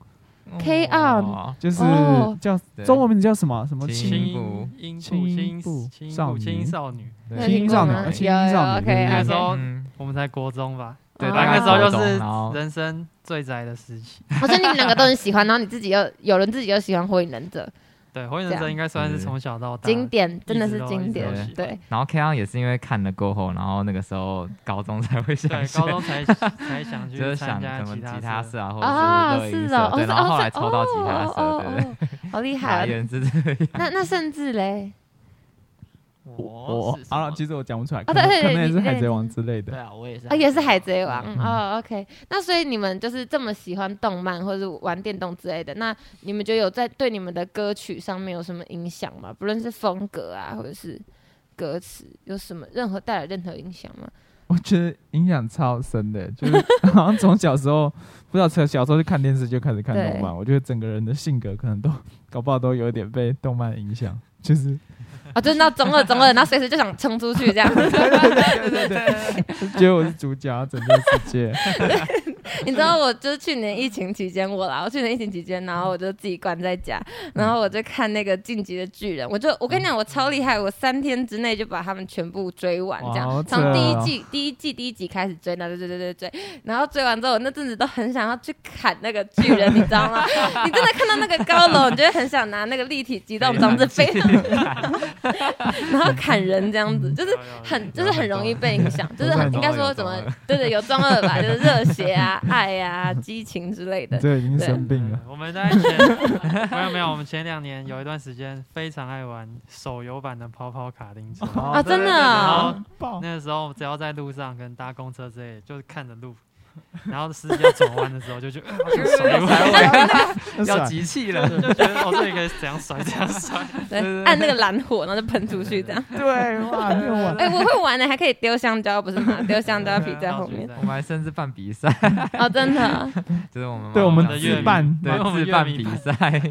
K on 哦就是哦叫对中文名叫什么什么青青音音青青部青少女青少女，对有青听音过少女吗呃，青有音有少女对对那对 OK 时 OK。候嗯，我们才国中吧？哦对，大概那时候就是然后人生最宅的时期。我说你们两个都很喜欢，然后你自己又有人自己又喜欢火影忍 者，对，火影忍这者样应该算是从小到大经啊典真的是一直都经典一直都喜，欢对。然后 K on 也是因为看了过后，然后那个时候高中才会想对，学高中才才想就去是参想加什么吉吉他他社。社啊，或啊，者是乐音是社，哦，哦对，是然后哦后是来抽到吉他哦社，哦对哦对对，哦哦好厉害来 哦！源是这样。那那甚至嘞，我我是什好么了，其实我讲不出来，可对能哦对可能也你是对海贼王之类对的。啊，我也是，啊，也是海贼王嗯哦。OK，那所以你们就是这么喜欢动漫或者玩电动之类的，那你们觉得有在对你们的歌曲上面有什么影响吗？不论是风格啊，或者是歌词，有什么任何带来任何影响吗？ 我觉得影响超深的，就是 好像从小时候不知道从小时候就看电视就开始看对动漫，我觉得整个人的性格可能都搞不好都有点被动漫影响，就是啊，就是那中二中二，然后随时就想冲出去这样。啊 觉得我是主角，拯救世界。你知道，我就是去年疫情期间我啦，我去年疫情期间，然后我就自己关在家，然后我就看那个《进击的巨人》，我就我跟你讲，我超厉害，我三天之内就把他们全部追完，这哇好样扯从第一哦季第一季第一集开始追，然后追追追追追，然后追完之后，我那阵子都很想要去砍那个巨人，你知道吗？你真的看到那个高楼，你就会很想拿那个立体机动装置飞上去，然后砍人这样子，就是很就是很容易被影响，就是很应该说怎么对对有中二吧，就是热血啊、爱呀、啊、激情之类的。这已经对生病了。嗯我们在前没有没有，我们前两年有一段时间非常爱玩手游版的跑跑卡丁车。哦啊，真的啊、爆！那个时候只要在路上跟搭公车之类，就是看着路，然后司机要转弯的时候 就觉得，呃好想甩弯，要要集气了。 就觉得哦，这里可以怎样甩怎样甩。对，按那个蓝火，然后就喷出去这样。对哇，啊那 我哎、我会玩的，还可以丢香蕉，不是吗？丢香蕉皮在后面。我们还甚至办比赛，哦，真的，就是我们对我们妈妈自办对我们自乐办迷比 版赛，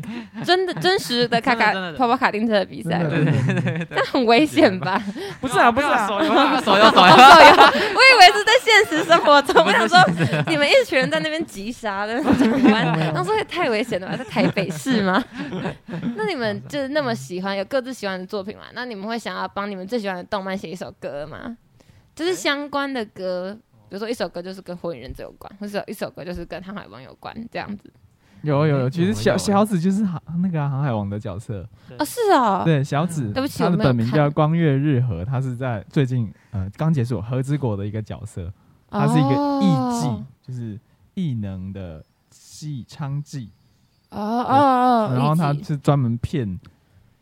真的真实的卡卡真的真的跑跑卡丁车的比赛真，的真的那很危险吧？不是啊，不是啊，手游啊，手要手好要手游，我以为是在现实生活中，我想说你们一群人在那边急刹的， 然后说也太危险了吧，在台北市吗？那你们就是那么喜欢有各自喜欢的作品嘛？那你们会想要帮你们最喜欢的动漫写一首歌吗？就是相关的歌，比如说一首歌就是跟《火影忍者》有关，或者一首歌就是跟《航海王》有关，这样子。有有有，其实小有有小紫就是航那个啊航海王的角色，哦，是哦，对小紫，对不起她的我没有本名叫光月日和，她是在最近呃刚结束和之国的一个角色，她是一个艺伎哦，就是异能的技娼妓，哦哦哦，然后她艺伎是专门骗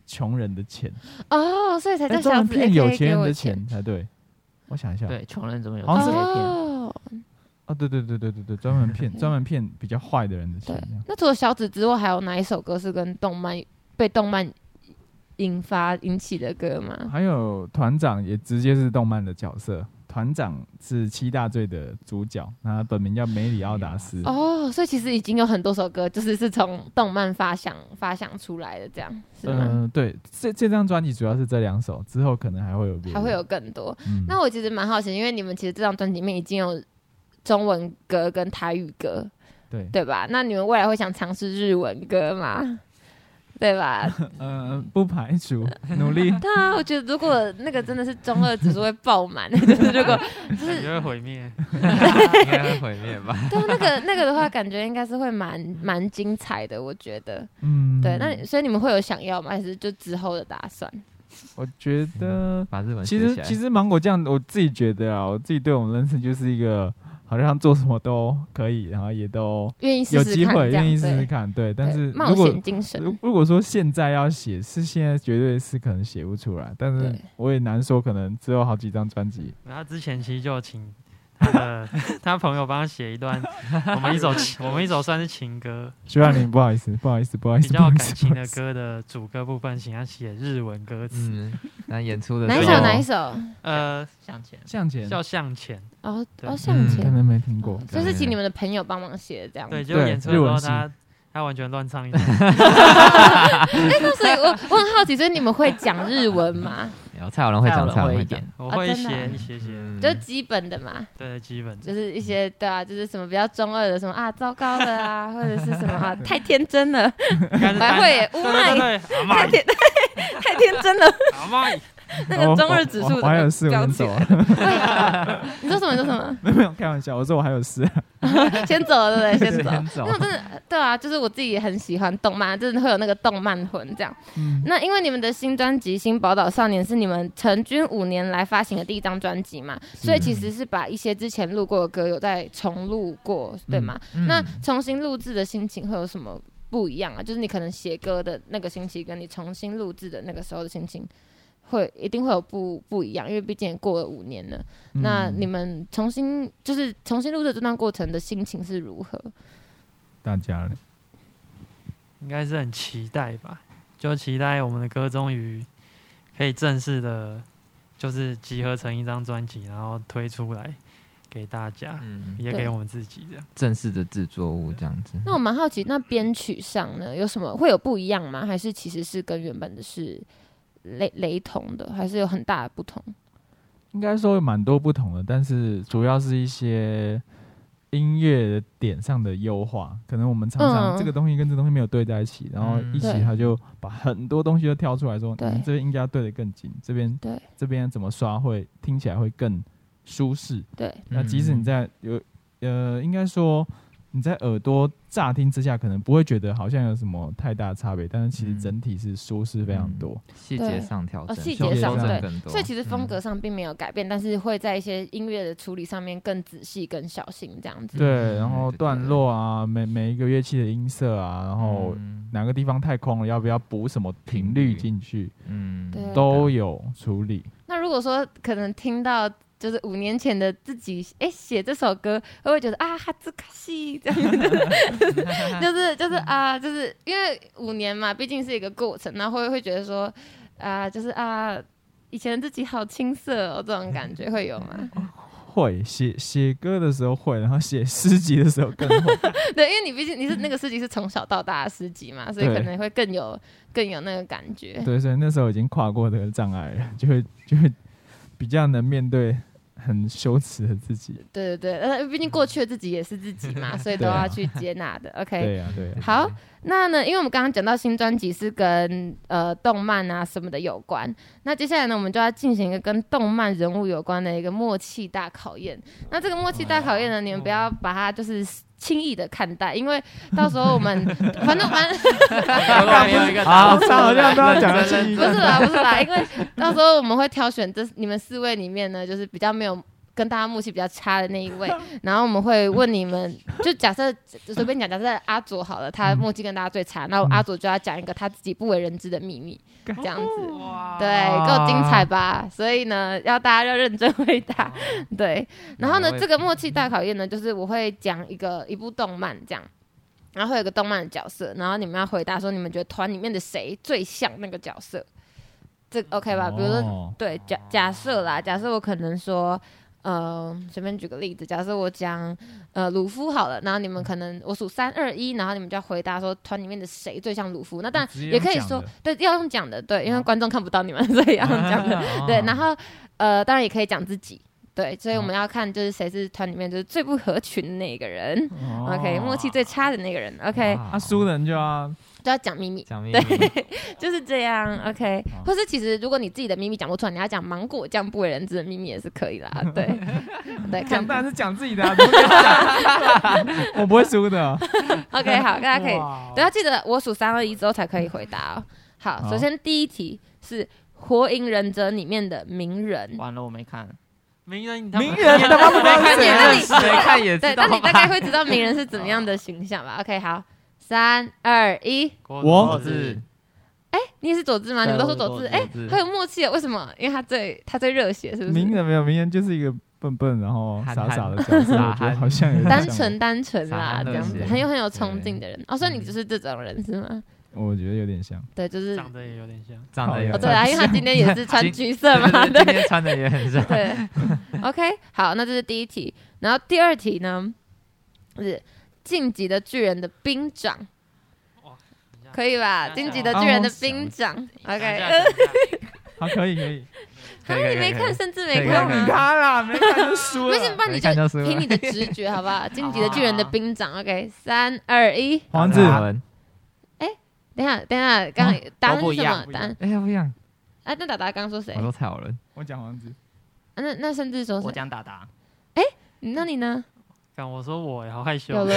穷人的钱，哦，所以才叫哎专小门紫骗 AKA 有钱人给我的钱才对。我想一下，对，穷人怎么有啊好像这是一片？哦。哦，对对对对对对，专 门骗专门骗比较坏的人的钱对，这样那除了小指之外，还有哪一首歌是跟动漫被动漫引发引起的歌吗？还有团长也直接是动漫的角色，团长是七大罪的主角，那他本名叫梅里奥达斯。哦，所以其实已经有很多首歌，就是是从动漫发想发想出来的，这样是吗？嗯、对，这这张专辑主要是这两首，之后可能还会有别的。还会有更多。嗯，那我其实蛮好奇，因为你们其实这张专辑里面已经有中文歌跟台语歌，对，对吧？那你们未来会想尝试日文歌吗？对吧？ 呃，不排除努力。对啊，我觉得如果那个真的是中二指数会爆满， 就是如果感觉会毁灭。应该会毁灭吧？对啊，那个 那个的话，感觉应该是会蛮蛮精彩的，我觉得。嗯，对，那你所以你们会有想要吗？还是就之后的打算？我觉得把日文其学实起来其实芒果酱，我自己觉得啊，我自己对我们认识就是一个好像做什么都可以，然后也都愿意试有试机看会这样愿意试试对看，对。但对是冒如果险精如神，如果说现在要写，是现在绝对是可能写不出来，但是对我也难说，可能之后好几张专辑。然后他之前其实就有请他的他朋友帮他写一段，我们一首我们一首算是情歌， 徐婉玲，不好意思，不好意思，不好意比思，较不有好意感思情的歌的主歌部分，请他写日文歌词。嗯，那演出的哪一时首哦候哪一首？呃，向前， 向前，嗯叫向前，哦对哦，向可前，能没 听过。就是请你们的朋友帮忙写这样。对， 哎，就演出的时日文候系他他完全乱唱一通， 那所以哎我我很好奇，所以你们会讲日文吗？有蔡小龙会蔡讲，蔡小小龙龙会会一讲点，我会真的啊写一些些，嗯就基本的嘛，对，基本的。就是一些对啊，就是什么比较中二的，什么啊糟糕了啊，或者是什么 啊太天真了，应该还是单会耶对乌麦对对对，阿太麦天 太天真了，阿麦， 那个中二指我数我哦我还有四怎么文飙起手来啊， 你说什么？你说什么？ 没有没有开玩笑，我说我还有四，先走了，对不对？先走。先走哦 那我真的对啊，就是我自己也很喜欢动漫，真的会有那个动漫魂这样。嗯，那因为你们的新专辑《新宝岛少年》是你们成军五年来发行的第一张专辑嘛，所以其实是把一些之前录过的歌有在重录过，对吗？嗯那重新录制的心情会有什么不一样啊？就是你可能写歌的那个星期，跟你重新录制的那个时候的心情。会一定会有不不一样，因为毕竟也过了五年了。那嗯你们重新就是重新录制这段过程的心情是如何？大家嘞应该是很期待吧，就期待我们的歌终于可以正式的，就是集合成一张专辑，然后推出来给大家，嗯也对给我们自己这样。正式的制作物这样子。那我蛮好奇，那编曲上呢，有什么会有不一样吗？还是其实是跟原本的是雷雷同的，还是有很大的不同？应该说有蛮多不同的，但是主要是一些音乐的点上的优化，可能我们常常嗯这个东西跟这个东西没有对在一起，然后一起对他就把很多东西都挑出来说，对嗯这边应该要对得更紧，这边对这边怎么刷会听起来会更舒适。对嗯嗯那即使你在有呃，应该说你在耳朵乍听之下可能不会觉得好像有什么太大差别，但是其实嗯整体是舒适非常嗯多。细对节上调整，哦细节修上正对更多，所以其实风嗯格上并没有改变，但是会在一些音乐的处理上面更仔细、更小心这样子。嗯对，然后对对段落啊，每每一个乐器的音色啊，然后嗯哪个地方太空了，要不要补什么频率进去，嗯，对都有处理。那如果说可能听到就是五年前的自己，哎、写这首歌，我会觉得啊，哈兹卡西这样 子，就是就是啊，就是因为五年嘛，毕竟是一个过程，然后会会觉得说啊，就是啊，以前自己好青涩哦，这种感觉会有吗？嗯会写写歌的时候会，然后写诗集的时候 更会。 对，因为你毕竟你是那个诗集是从小到大的诗集嘛，所以对可能会更有更有那个感觉。对，所以那时候已经跨过这个障碍了，就会就会比较能面对很羞耻的自己。对对对，呃，毕竟过去的自己也是自己嘛，所以都对啊要去接纳的。OK，对呀、对呀、啊好，那呢，因为我们刚刚讲到新专辑是跟呃动漫啊什么的有关，那接下来呢，我们就要进行一个跟动漫人物有关的一个默契大考验。那这个默契大考验呢，你们不要把它就是轻易的看待，因为到时候我们 反正反正我刚有一个啊，他 好像都要讲的轻易 不是啦不是啦，因为到时候我们会挑选这你们四位里面呢，就是比较没有。跟大家默契比较差的那一位，然后我们会问你们，就假设就随便讲，假设阿佐好了，他默契跟大家最差，那我阿佐就要讲一个他自己不为人知的秘密，这样子，对，够精彩吧？所以呢，要大家要认真回答，对。然后呢我，也这个默契大考验呢，就是我会讲一个一部动漫这样，然后会有一个动漫的角色，然后你们要回答说你们觉得团里面的谁最像那个角色，这 OK 吧？比如说，哦对假假设啦，假设我可能说。呃，随便举个例子，假设我讲呃鲁夫好了，然后你们可能我数三二一，然后你们就要回答说团里面的谁最像鲁夫。那当然直接也可以嗯用讲说的，嗯对，要用讲的，对，因为观众看不到你们，所以要用讲 的。对，然后呃，当然也可以讲自己。对，所以我嗯们要看就是谁是团里面就是最不合群的那个人、哦 o k 默契最差的那个人，OK，啊，输的人就要就要讲秘密，讲秘密，就是这样，OK 嗯好。或是其实如果你自己的秘密讲不出来，你要讲芒果酱不为人知的秘密也是可 以啦，对，对，看讲，当然是讲自己的、啊，怎么可以讲我不会输的。 ，OK，好，大家可以，对，要记得我数三二一之后才可以回答哦。好，好首先第一题是《火影忍者》里面的鸣人，完了，我没看，名人，名人他妈不知道是 谁啊那你谁看也对知，道但你大概吧？会知道鸣人是怎么样的形象吧？OK，好，三二一，我字你也是佐治吗？你对们都说我是佐治，佐啊治哎、佐治很有默契，为什么？因为他最他最热血，是不名是？人没有，名人就是一个笨笨然后憨傻憨傻的角色，傻我觉得憨好像有 点单像纯单纯啦，傻憨这热血样子很有很有冲劲的人。哦，所以你就是这种人是吗？我，我觉得有点像。对，就是长得也有点像，长得也哦哦，对啊，因为他今天也是穿今橘色嘛，今对天穿的也 很像，对。OK，好，那这是第一题，然后第二题呢是《晋级的巨人》的兵长哇。可以吧？《想晋级的巨哦人》的兵长，OK，呃 好，可以可以，可以啊可以你没可以看，甚至可没啊以看可以吗？他啦，没看就输不行了。吧，你没看就就是了凭你的直觉，好不好？《进击的巨人》的兵长，OK，三二一，黄子子，文，等一下，等一下，刚刚答案都不是一什样么？答案哎呀不一样，啊，那达达刚刚说谁？我啊说蔡好人，我讲王子，那那甚至说我谁？嗯讲达达，那你呢？看我说我好害羞有， 了。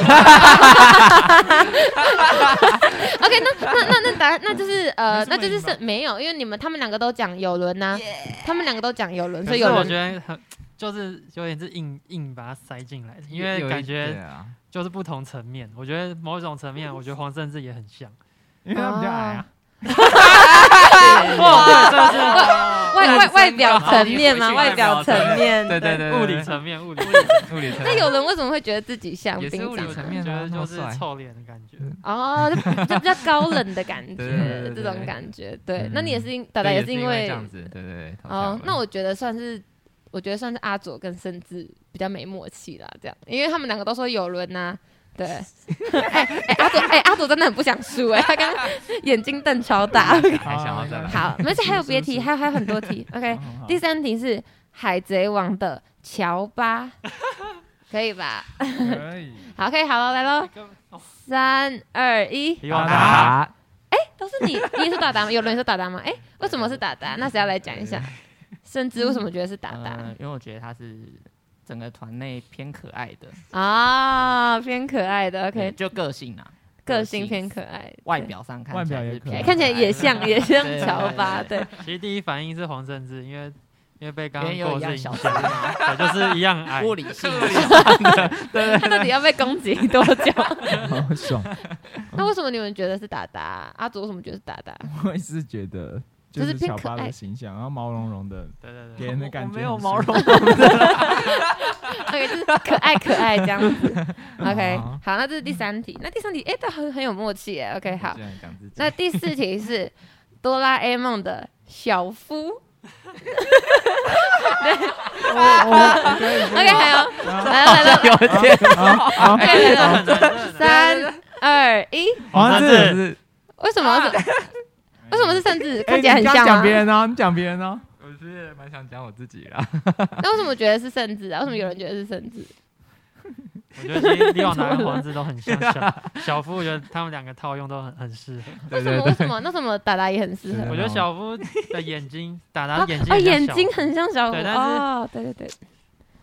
OK，那那那那答案，那就是呃，那就是是没有，因为你们他们两个都讲有轮呐，他们两个都讲有轮，所可以是有我觉轮。得很就是有点是硬硬把它塞进来的，因为有一感对觉啊就是不同层面，我觉得某种层面，我觉得黄胜志也很 像，因为他比较矮啊。哦，对，这是外外外表层面嘛，好外表层面。对对对，对物理层面，物理物理层面，那有人为什么会觉得自己像也是兵物理长层？我面觉啊得那么就是帅嗯臭脸的感觉，哦，就就比较高冷的感 对对对觉，对这对种感觉。对嗯，那你也是因，对达达也是因因为为这样子，对对对，投哦下，那文我觉得算是，我觉得算是阿佐跟甚至比较没默契啦，这样，因为他们两个都说有轮呐、对， 哎哎、阿佐，哎、阿佐真的很不想输哎、 他刚刚眼睛瞪超大。还想要再啊来，好，没事，还有别题，还有还有很多题。OK，好好好第三题是《海贼王》的乔巴， 可以吧？可以。好，可以，好了，来喽，三二一，希望大家啊，都是你，你也是达达吗？有人也是达达吗？哎、为什么是达达？那谁要来讲一下？甚至为什么觉得是达达呃，因为我觉得他是整个团内偏可爱的啊？偏可爱的对，OK，就个性啊，个性偏可爱，外表上看外表起来也是可爱对偏看起来也的 像也像对乔巴，对对，其实第一反应是黄胜志，因为因为被刚因为刚有过一是样影小响，声 嘛，对就是一样矮，物理性的他到底要被攻击多久？好爽！ 那为什么你们觉得是达达？阿祖为什么觉得是达达？我也是觉得，就就是是变小可巴爱的形象，然后毛茸茸的，对对给对，人的我感我觉没有很毛舒绒， OK，就是可爱可爱这样子。OK，好好，那这是第三题。那第三题，哎、都很很有默契耶。OK，好这，样讲自己那第四题是哆啦 A 梦的小夫。OK，还有，来了来了，有点 来了来了，三二一，黄黄子志，是为什么啊是？ 为什么是扇哎子？看起来你很刚像啊讲别吗？人哦，你讲别人哦，我是蛮想讲我自己啦，那为什么觉得是扇子啊？为什么有人觉得是扇子？我觉得其实李广达跟黄志都很像 小小夫，我觉得他们两个套用都很很适合。为什么？为什么？那什么达达也很适合对哦我觉得小夫的眼睛，达达啊的哦眼睛啊，很像眼小睛夫很像小虎对但是哦，对对对，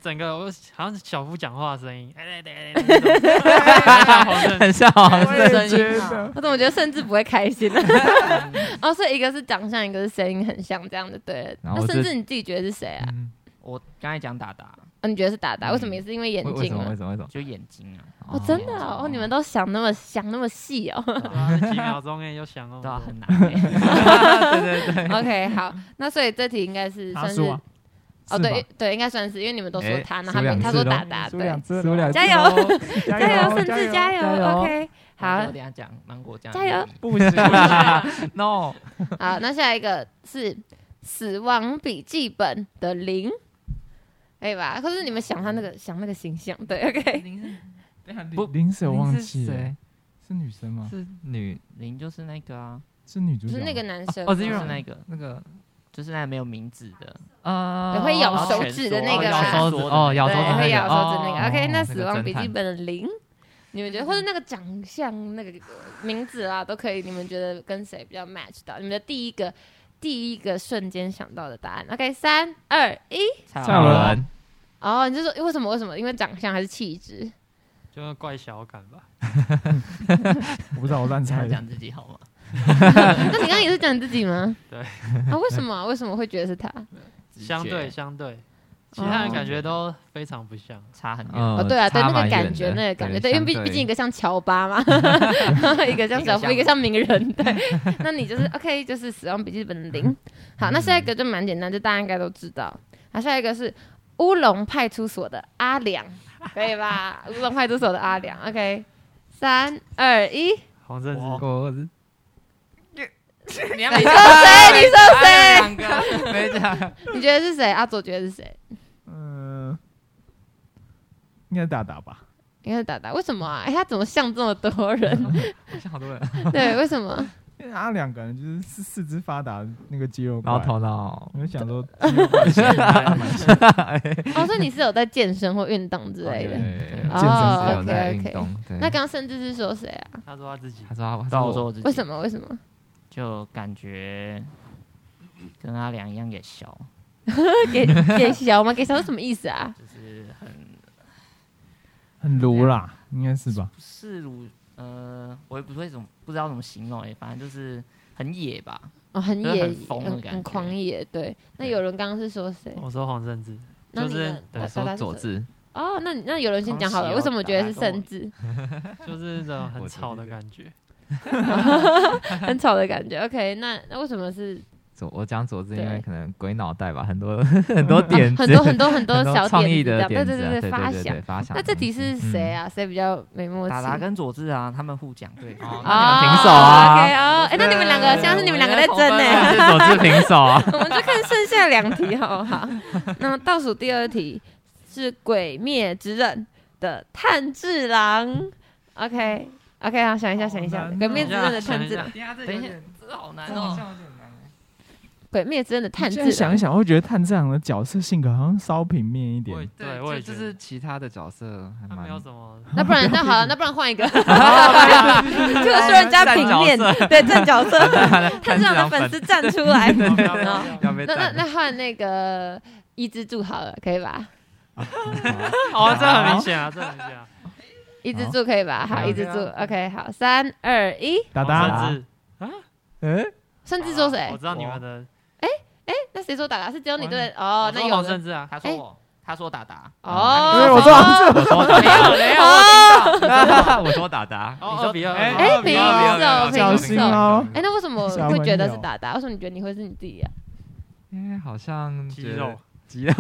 整个我好像是小夫讲话的声音，哎对对对对对，哎好像很 像黄我也色觉得我怎么觉得甚至不会开 心呢？哦，所以一个是长相，一个是声音很像，这样就对了。然后那我甚是至你自己觉得是谁啊？我刚才讲达达，哦，你觉得是达达？为什么嗯也是因为眼为为睛什么为啊？什么为什么？就眼睛啊，哦，真的哦，哦你们都想那么想那么细 哦。对啊几秒钟哎又响哦，对啊，很难欸。 OK，好，那所以这题应该是他算是输啊，哦，是对吧，对，应该算是，因为你们都说哎他，然输后他没两他次说咯达达，输对两，次输两了，次加油油，加油，甚加至加油加油，OK，好啊我，等一下讲芒果酱，加油，不行， no，好，那下一个是《死亡笔记本》的零，可以吧？可是你们想他那个想那个形象，对，OK，不临时我忘是记了，谁是女生吗？是女零就是那个啊，是女主就角是吗，那个男生，就哦这是个那个，那个就是那个没有名字的，呃对会咬哦手指的那哦个咬吧，手指哦，咬手指对，那会个咬手指那啊哦个，OK，那《个死亡侦笔记探本》的零，你们觉得或者那个长相、那个名字啊，都可以，你们觉得跟谁比较 match 到？你们的第一个第一个瞬间想到的答案，OK，三二一，蔡蔡文文哦，你就说为什么为什么？因为长相还是气 质？就是怪小感吧，我不知道，我乱这猜样的。 讲自己好吗？那你刚刚也是讲你自己吗？对啊，为什么啊？为什么会觉得是他？哦直相觉对相对，其他人感觉都非常不像。差很远，嗯哦，对啊，对差那个蛮感远觉，的那个感觉，对，对，因为毕相毕竟一个像乔巴 嘛，然后一个像小夫，一一个个像像名人，对。那你就是 OK，就是《死亡笔记本》嗯零。好，那下一个就蛮简单，就大家应该都知道。好，下一个是乌龙派出所的阿良，可以吧？乌龙派出所的阿良，OK，三二一，黄胜我我志，是你要没你说谁？你说谁？两个， 没讲，你觉得是谁？阿左觉得是谁？嗯，应该是达达吧？应该是达达，为什么啊？哎，他怎么像这么多人？ 像好多人，对，为什么？因为他两个人就是四四肢发达，那个肌肉然后怪。头脑我就想说，哦，所以你是有在健身或运动之类的。对，哦健身是有 OK，在运 OK 动，对那刚刚甚至是说谁啊？他说他自己他说他到我说说我自己，为什么？为什么？就感觉跟阿良一样也小，给给小吗？给小是什么意思啊？就是很很卢啦，应该是吧？不是如呃，我也不会怎么不知道怎么形容哎、反正就是很野吧，哦，很就是野很，疯的很感很觉狂野。对，那对有人刚刚是说谁？我说黄胜志，那哦就你是们对达我达是说佐谁治，哦，那你那有人先讲好康了，熙哦为什么我觉得是达达跟我甚至就是那种很我觉得吵的感觉。很吵的感觉？OK，那那为什么是佐我讲佐治，对因为可能鬼脑袋吧，很多 很多啊 点子， 很多很多很多很小创意点子这的样？对对点子啊，对对发对想对。发想。嗯那这题是谁啊？谁比较没默契？达达跟佐治啊，他们互讲对哦方。啊平手啊 OK 哦，哎，那你们两个现在是你们两个在争呢。嗯？佐治平手啊， 我们就看剩下两题，好不好？ 那倒数第二题是《鬼灭之刃》的炭治郎。OK OK，好，想一下，想一下，好《难鬼哦灭之刃》的炭治郎等一下，等一下，这好难哦，鬼灭之刃》的炭治现在想一郎，想，会觉得炭治郎的角色性格好像稍平面一点我也。对对，我也就就觉得是其他的角色还他蛮没有什么 那不然那好了，那不然换 一个，这个说人家平面，对正 角色，他是让的粉丝站出来。啊要被那那赞 那换那个伊之助好了，可以吧？哦，这很明显啊，这很明显啊。伊之助可以吧？好，好伊之助，OK，好，三二一，达王达，甚至嗯，甚至说谁我？知道你们的，那谁说打打？是只有你对？我哦，那说有黄人甚至啊，他哎说我，他说达达，哦，对我说哦我说没有没有，我听到，我说达达，哦二比二，哎二啊哎，不平要不要手，不要平手小心。哦哎，那为什么会觉得是达达？为什么你觉得你会是你自己啊？因为哎好像肌觉得肉， 肌肉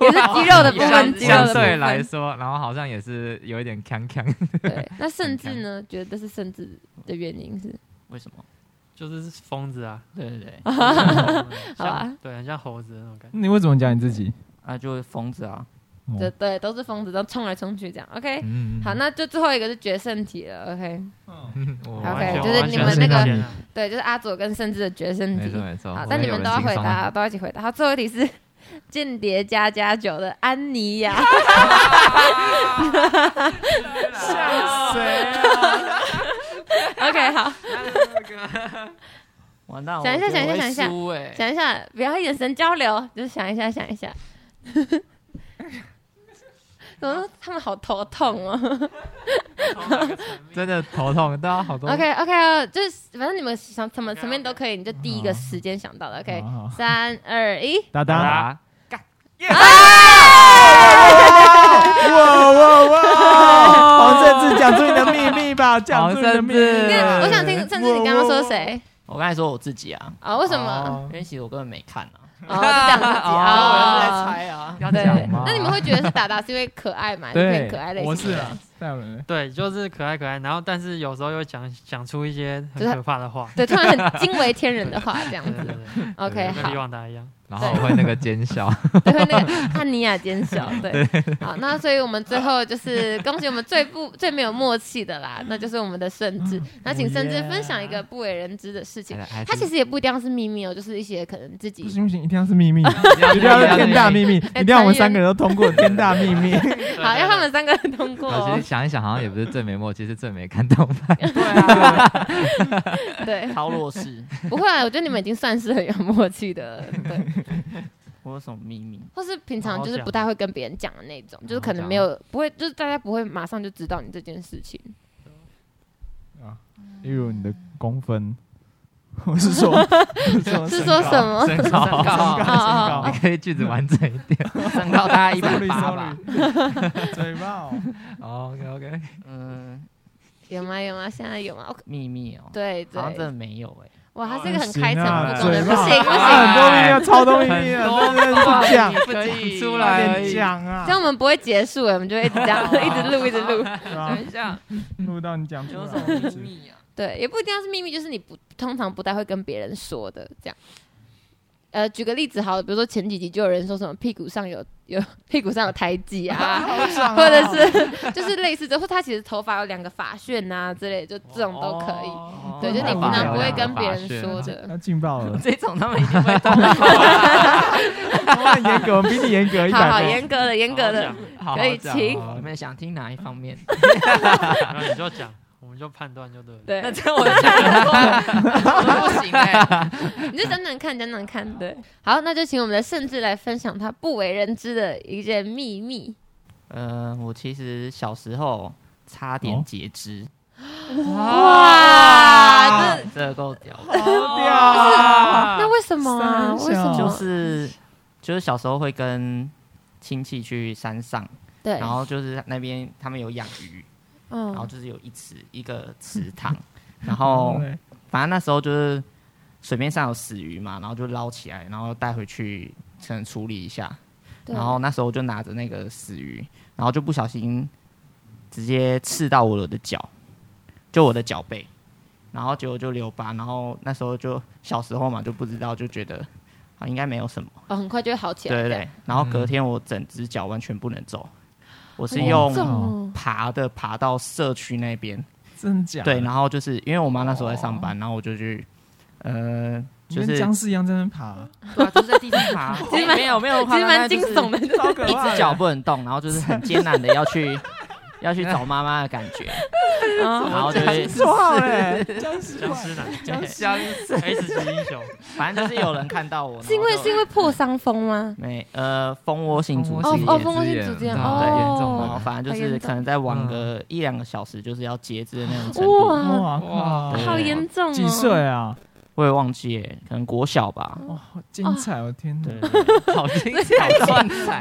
也 是肌肉的部分，哎相肌肉的相部对分。来说，然后好像也是有一点锵锵，对，那甚至呢，觉得是甚至的原因是，为什么？就是疯子啊，对对对，好啊吧像对，很像猴子的那种感觉。你为什么讲你自己？啊，就是疯子啊，这对都是疯子，都冲来冲去这样。OK，哦嗯，好，那就最后一个是决胜题了。OK，我好完 OK，全就是完你全们是那个这边啊对，就是阿佐跟甚至的决胜没题错。没错，嗯好我，但你有们人都要轻回松啊了答，都要一起回答。好，最后一题是《间谍加加酒》的安妮 亚，吓谁？ OK，好，完蛋，想一下我觉得我会想一下输哎，想一下，不要眼神交流，就是想一下，想一下。 怎么他们好头痛哦真的头痛，大家好多？OK OK，哦就是反正你们想什么层面都可以，你就第哦一个时间想到的。OK，好好三二一，达达达，达哇哇哦哇！黄政志讲出你的秘 密吧，讲出你的秘密黄。我想听，甚至你刚刚说谁我刚才说我自己啊，啊？为什哦么？因为其实我根本没看啊，哦，是这样子我啊。猜啊，要对讲吗，？那你们会觉得是达达是因为可爱嘛？就是对偏可爱类型。我是啊，戴文。对，就是可爱可爱，然后但是有时候又讲讲出一些很就是可怕的话，对，突然很惊为天人的话这样 对对子。对， OK，对跟好李，旺达一样，然后我会那个奸笑， 对那个汉尼亚奸小，对，好，那所以我们最后就是恭喜我们最不 最没有默契的啦，那就是我们的甚至，那请甚至分享一个不为人知的事情。他他其实也不一定要是秘密哦，就是一些可能自己不行不行，一定要 是秘密，一一定要是天大 秘密，一定要我们三个人都通过天大秘哎密。好，让他们三个人通过我其哦实。想一想，好像也不是最没默契，是最没看 动漫。对，超弱 势，不会啊，我觉得你们已经算是很有默契的了，对，我有什么秘密？或是平常就是好好讲不太会跟别人讲的那种，就是可好能好没有不会，就是大家不会马上就知道你这件事情。例如哎你的公 分，我是说，是说啊什么？身高，身高，哦 你可以句子完整一点。身高大概一百 Sorry, 八吧 sorry，嘴 巴哦， OK OK，嗯，有吗？有吗？现在有吗？哦秘密哦，对对好，像真的没有哎，哇，他是一这个很开诚布公的啊嘴人，巴不行哎不啊行，很多秘密，超多秘密哦啊，真的是讲，不讲出哎快来而点已，讲啊这，样我们不会结束哎，我们就一直这样，一直录一直录。对啊一下，录到你讲出有来什么秘密啊？对，也不一定要是秘密，就是你不通常不太会跟别人说的这样。呃，举个例子好了，比如说前几集就有人说什么屁股上有有屁股上有胎记啊，或者是 就是类似这，或他其实头发有两个发旋啊之类，就这哦种都可以。以对，就你平发常有不会两个跟别发人旋说啊的。要劲爆了，这种他们一定会懂，我很严格，我们比你严格一好好，百倍。严格的，严格的，好好可以讲哦请好你们想听哪一方面？然后你就讲，我们就判断就对了。对，那这我讲我不行哎， 你就等等看，等等看，对。好，那就请我们的甚至来分享他不为人知的一件秘密。 呃，我其实小时候差点截肢，啊哇，这这个够屌吧，好屌啊！那为什么啊？三小为什么？就是就是小时候会跟亲戚去山上，对，然后就是那边他们有养鱼，然后嗯，就是有一池一个池 塘，然后反正那时候就是水面上有死鱼嘛，然后就捞起来，然后带回去可能处理一下，对然后那时候我就拿着那个死鱼，然后就不小心直接刺到我的脚，就我的脚背，然后结果就留疤。然后那时候就小时候嘛，就不知道，就觉得啊应该没有什么，哦，很快就会好起对来。对这样，对。然后隔天我整只脚完全不能走，我是很严重用哦爬的爬到社区那边，真假？对，然后就是因为我妈那时候在上班，然后我就去呃就跟是僵尸一样在那边爬，对啊，就是在地上爬， 其实蛮没有没有其夸实张，蛮但惊就是悚的，超可一怕的。只脚不能动，然后就是很艰难的要去要去找妈妈的感觉，嗯然后就是绰号嘞，僵尸僵怪尸男僵尸， ，S 级英雄，反正就是有人看到我，是因为是因为为破伤风吗？没呃蜂窝性蜂组织窝炎性嗯哦哦组蜂窝性织炎组织炎对哦很严重然后的，反正就好是严重可能再玩个一两个小时，就是要截肢的那种程度。哇，哇对靠，好严重哦！几岁啊？我也忘记耶，可能国小吧。哇，好精彩！我天哪对，，对对好精彩，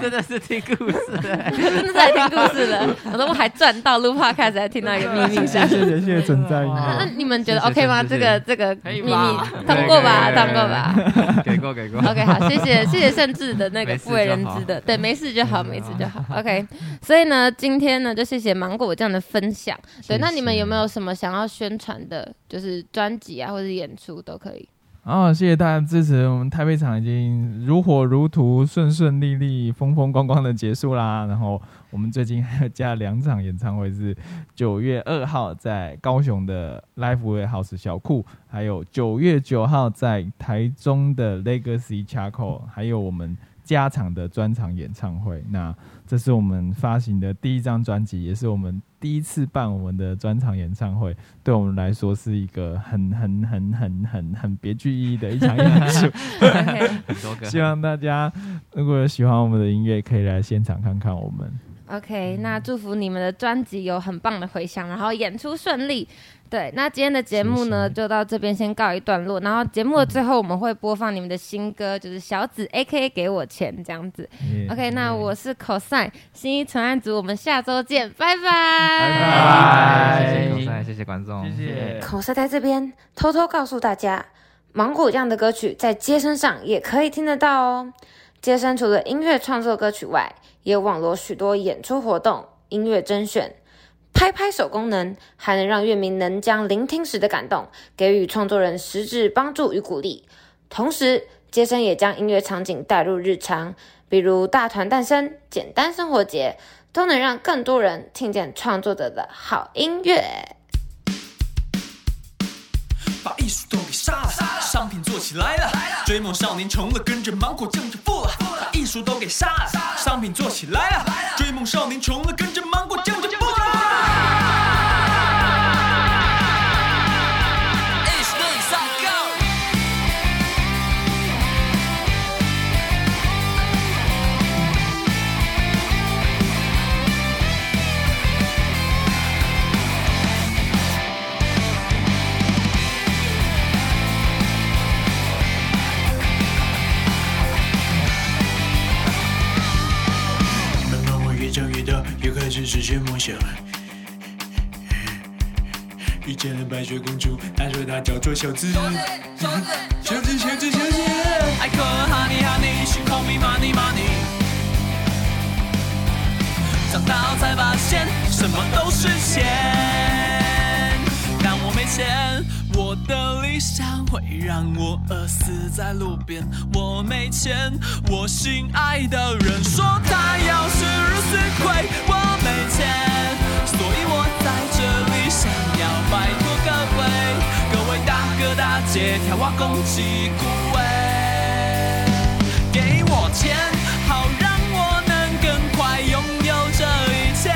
真的是听故事。真的是来听故事了，我都还赚到录 podcast 还听到嗯一个秘密。谢谢人性的存在。那哇你们觉得谢谢 OK 吗？谢这谢个这个可以秘密吧通过吧，可以通过吧。给过给过， OK，好，谢谢谢谢盛智的那个没事不为人就好嗯知的，对，没事就好，没没事事就好。OK，所以呢，今天呢就谢谢芒果这样的分享。对，那你们有没有什么想要宣传的，就是专辑啊或者演出都可以？然后啊谢谢大家的支持，我们台北场已经如火如荼、顺顺利利、风风光光的结束啦。然后我们最近还有加两场演唱会，是九月二号在高雄的 Live Way House 小库，还有九月九号在台中的 Legacy Charcoal，还有我们加场的专场演唱会。那这是我们发行的第一张专辑，也是我们第一次办我们的专场演唱会。对我们来说是一个很很很很很很别具意义的一场演出。 OK 很多个。希望大家如果有喜欢我们的音乐，可以来现场看看我们。 OK，那祝福你们的专辑有很棒的回响，然后演出顺利。对，那今天的节目呢谢谢就到这边先告一段落。然后节目的最后我们会播放你们的新歌，就是小紫 A.K.A 给我钱这样子。耶 OK，那我是 cosine 新一纯爱组，我们下周见，拜拜。拜，谢谢口塞，谢谢观众，谢谢。口塞在这边偷偷告诉大家，芒果酱的歌曲在街声上也可以听得到哦。街声除了音乐创作歌曲外，也有网罗许多演出活动、音乐甄选、拍拍手功能，还能让乐迷能将聆听时的感动给予创作人实质帮助与鼓励。同时，街声也将音乐场景带入日常，比如大团诞生、简单生活节，都能让更多人听见创作者的好音乐。把艺术都给杀了，商品做起来了，追梦少年穷了，跟着芒果酱就富了，把艺术都给杀了，商品做起来了，追梦少年穷了，跟着芒果酱就富了。慢慢我越长越大，也开始实现梦想。遇见了白雪公主，她说她叫做小资。小资，小资，小资。I call honey honey, she call me money money。长大后才发现，什么都是钱。但我没钱，我的理想会让我饿死在路边。我没钱，我心爱的人说他要是日死亏，我没钱，所以我在这里想要拜托各位，各位大哥大姐，跳啊攻击鼓位。给我钱，好让我能更快拥有这一切。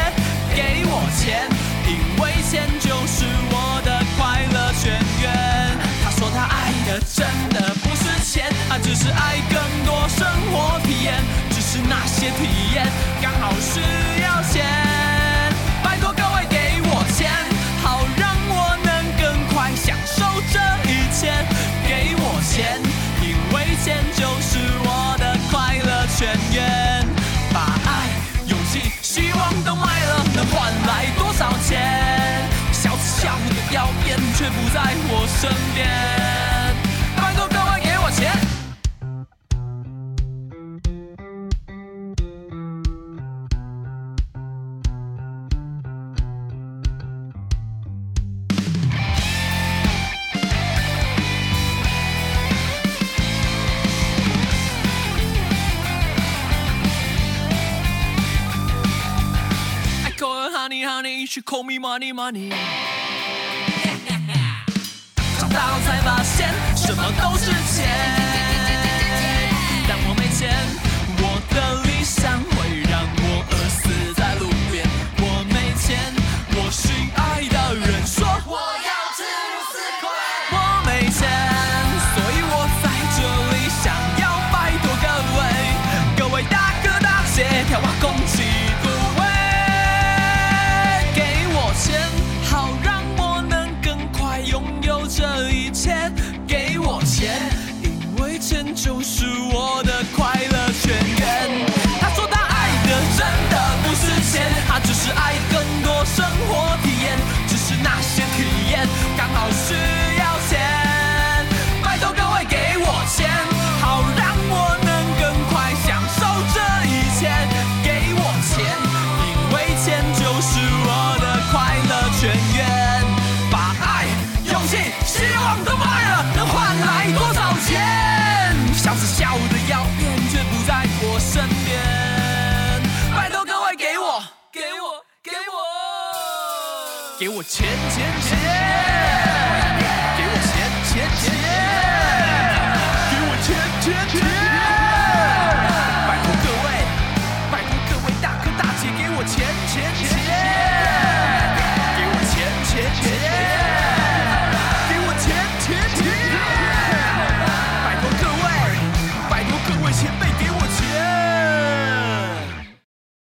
给我钱，因为钱就是我的快乐泉源。他说他爱的真的不是钱，他只是爱更多生活体验，只是那些体验刚好需要钱。拜托各位给我钱，好让我能更快享受这一切。给我钱，因为钱就是我的快乐泉源。把爱、勇气、希望都卖了，能换来多少钱？小吃下午的妖艳却不在我身边。拜托各位给我钱。I call her honey honey, she call me money money. 长大后才发现，什么都是钱。钱，但我没钱，我的理想会让我饿死在路边。我没钱，我心爱的人说我要吃入死鬼。我没钱，所以我在这里想要拜托各位，各位大哥大姐，跳蛙攻击各位，给我钱，好让我能更快拥有这一切。给我钱，因为钱就是我的快乐泉源。他说他爱的真的不是钱，他只是爱更多生活体验，只是那些体验刚好需要钱。拜托各位给我钱，好让我能更快享受这一切。给我钱，因为钱就是我的快乐泉源。把爱、勇气、希望都卖了，能换来多少钱？笑是笑的耀眼，却不在我身边。拜托各位给我，给我，给我，给我钱钱钱。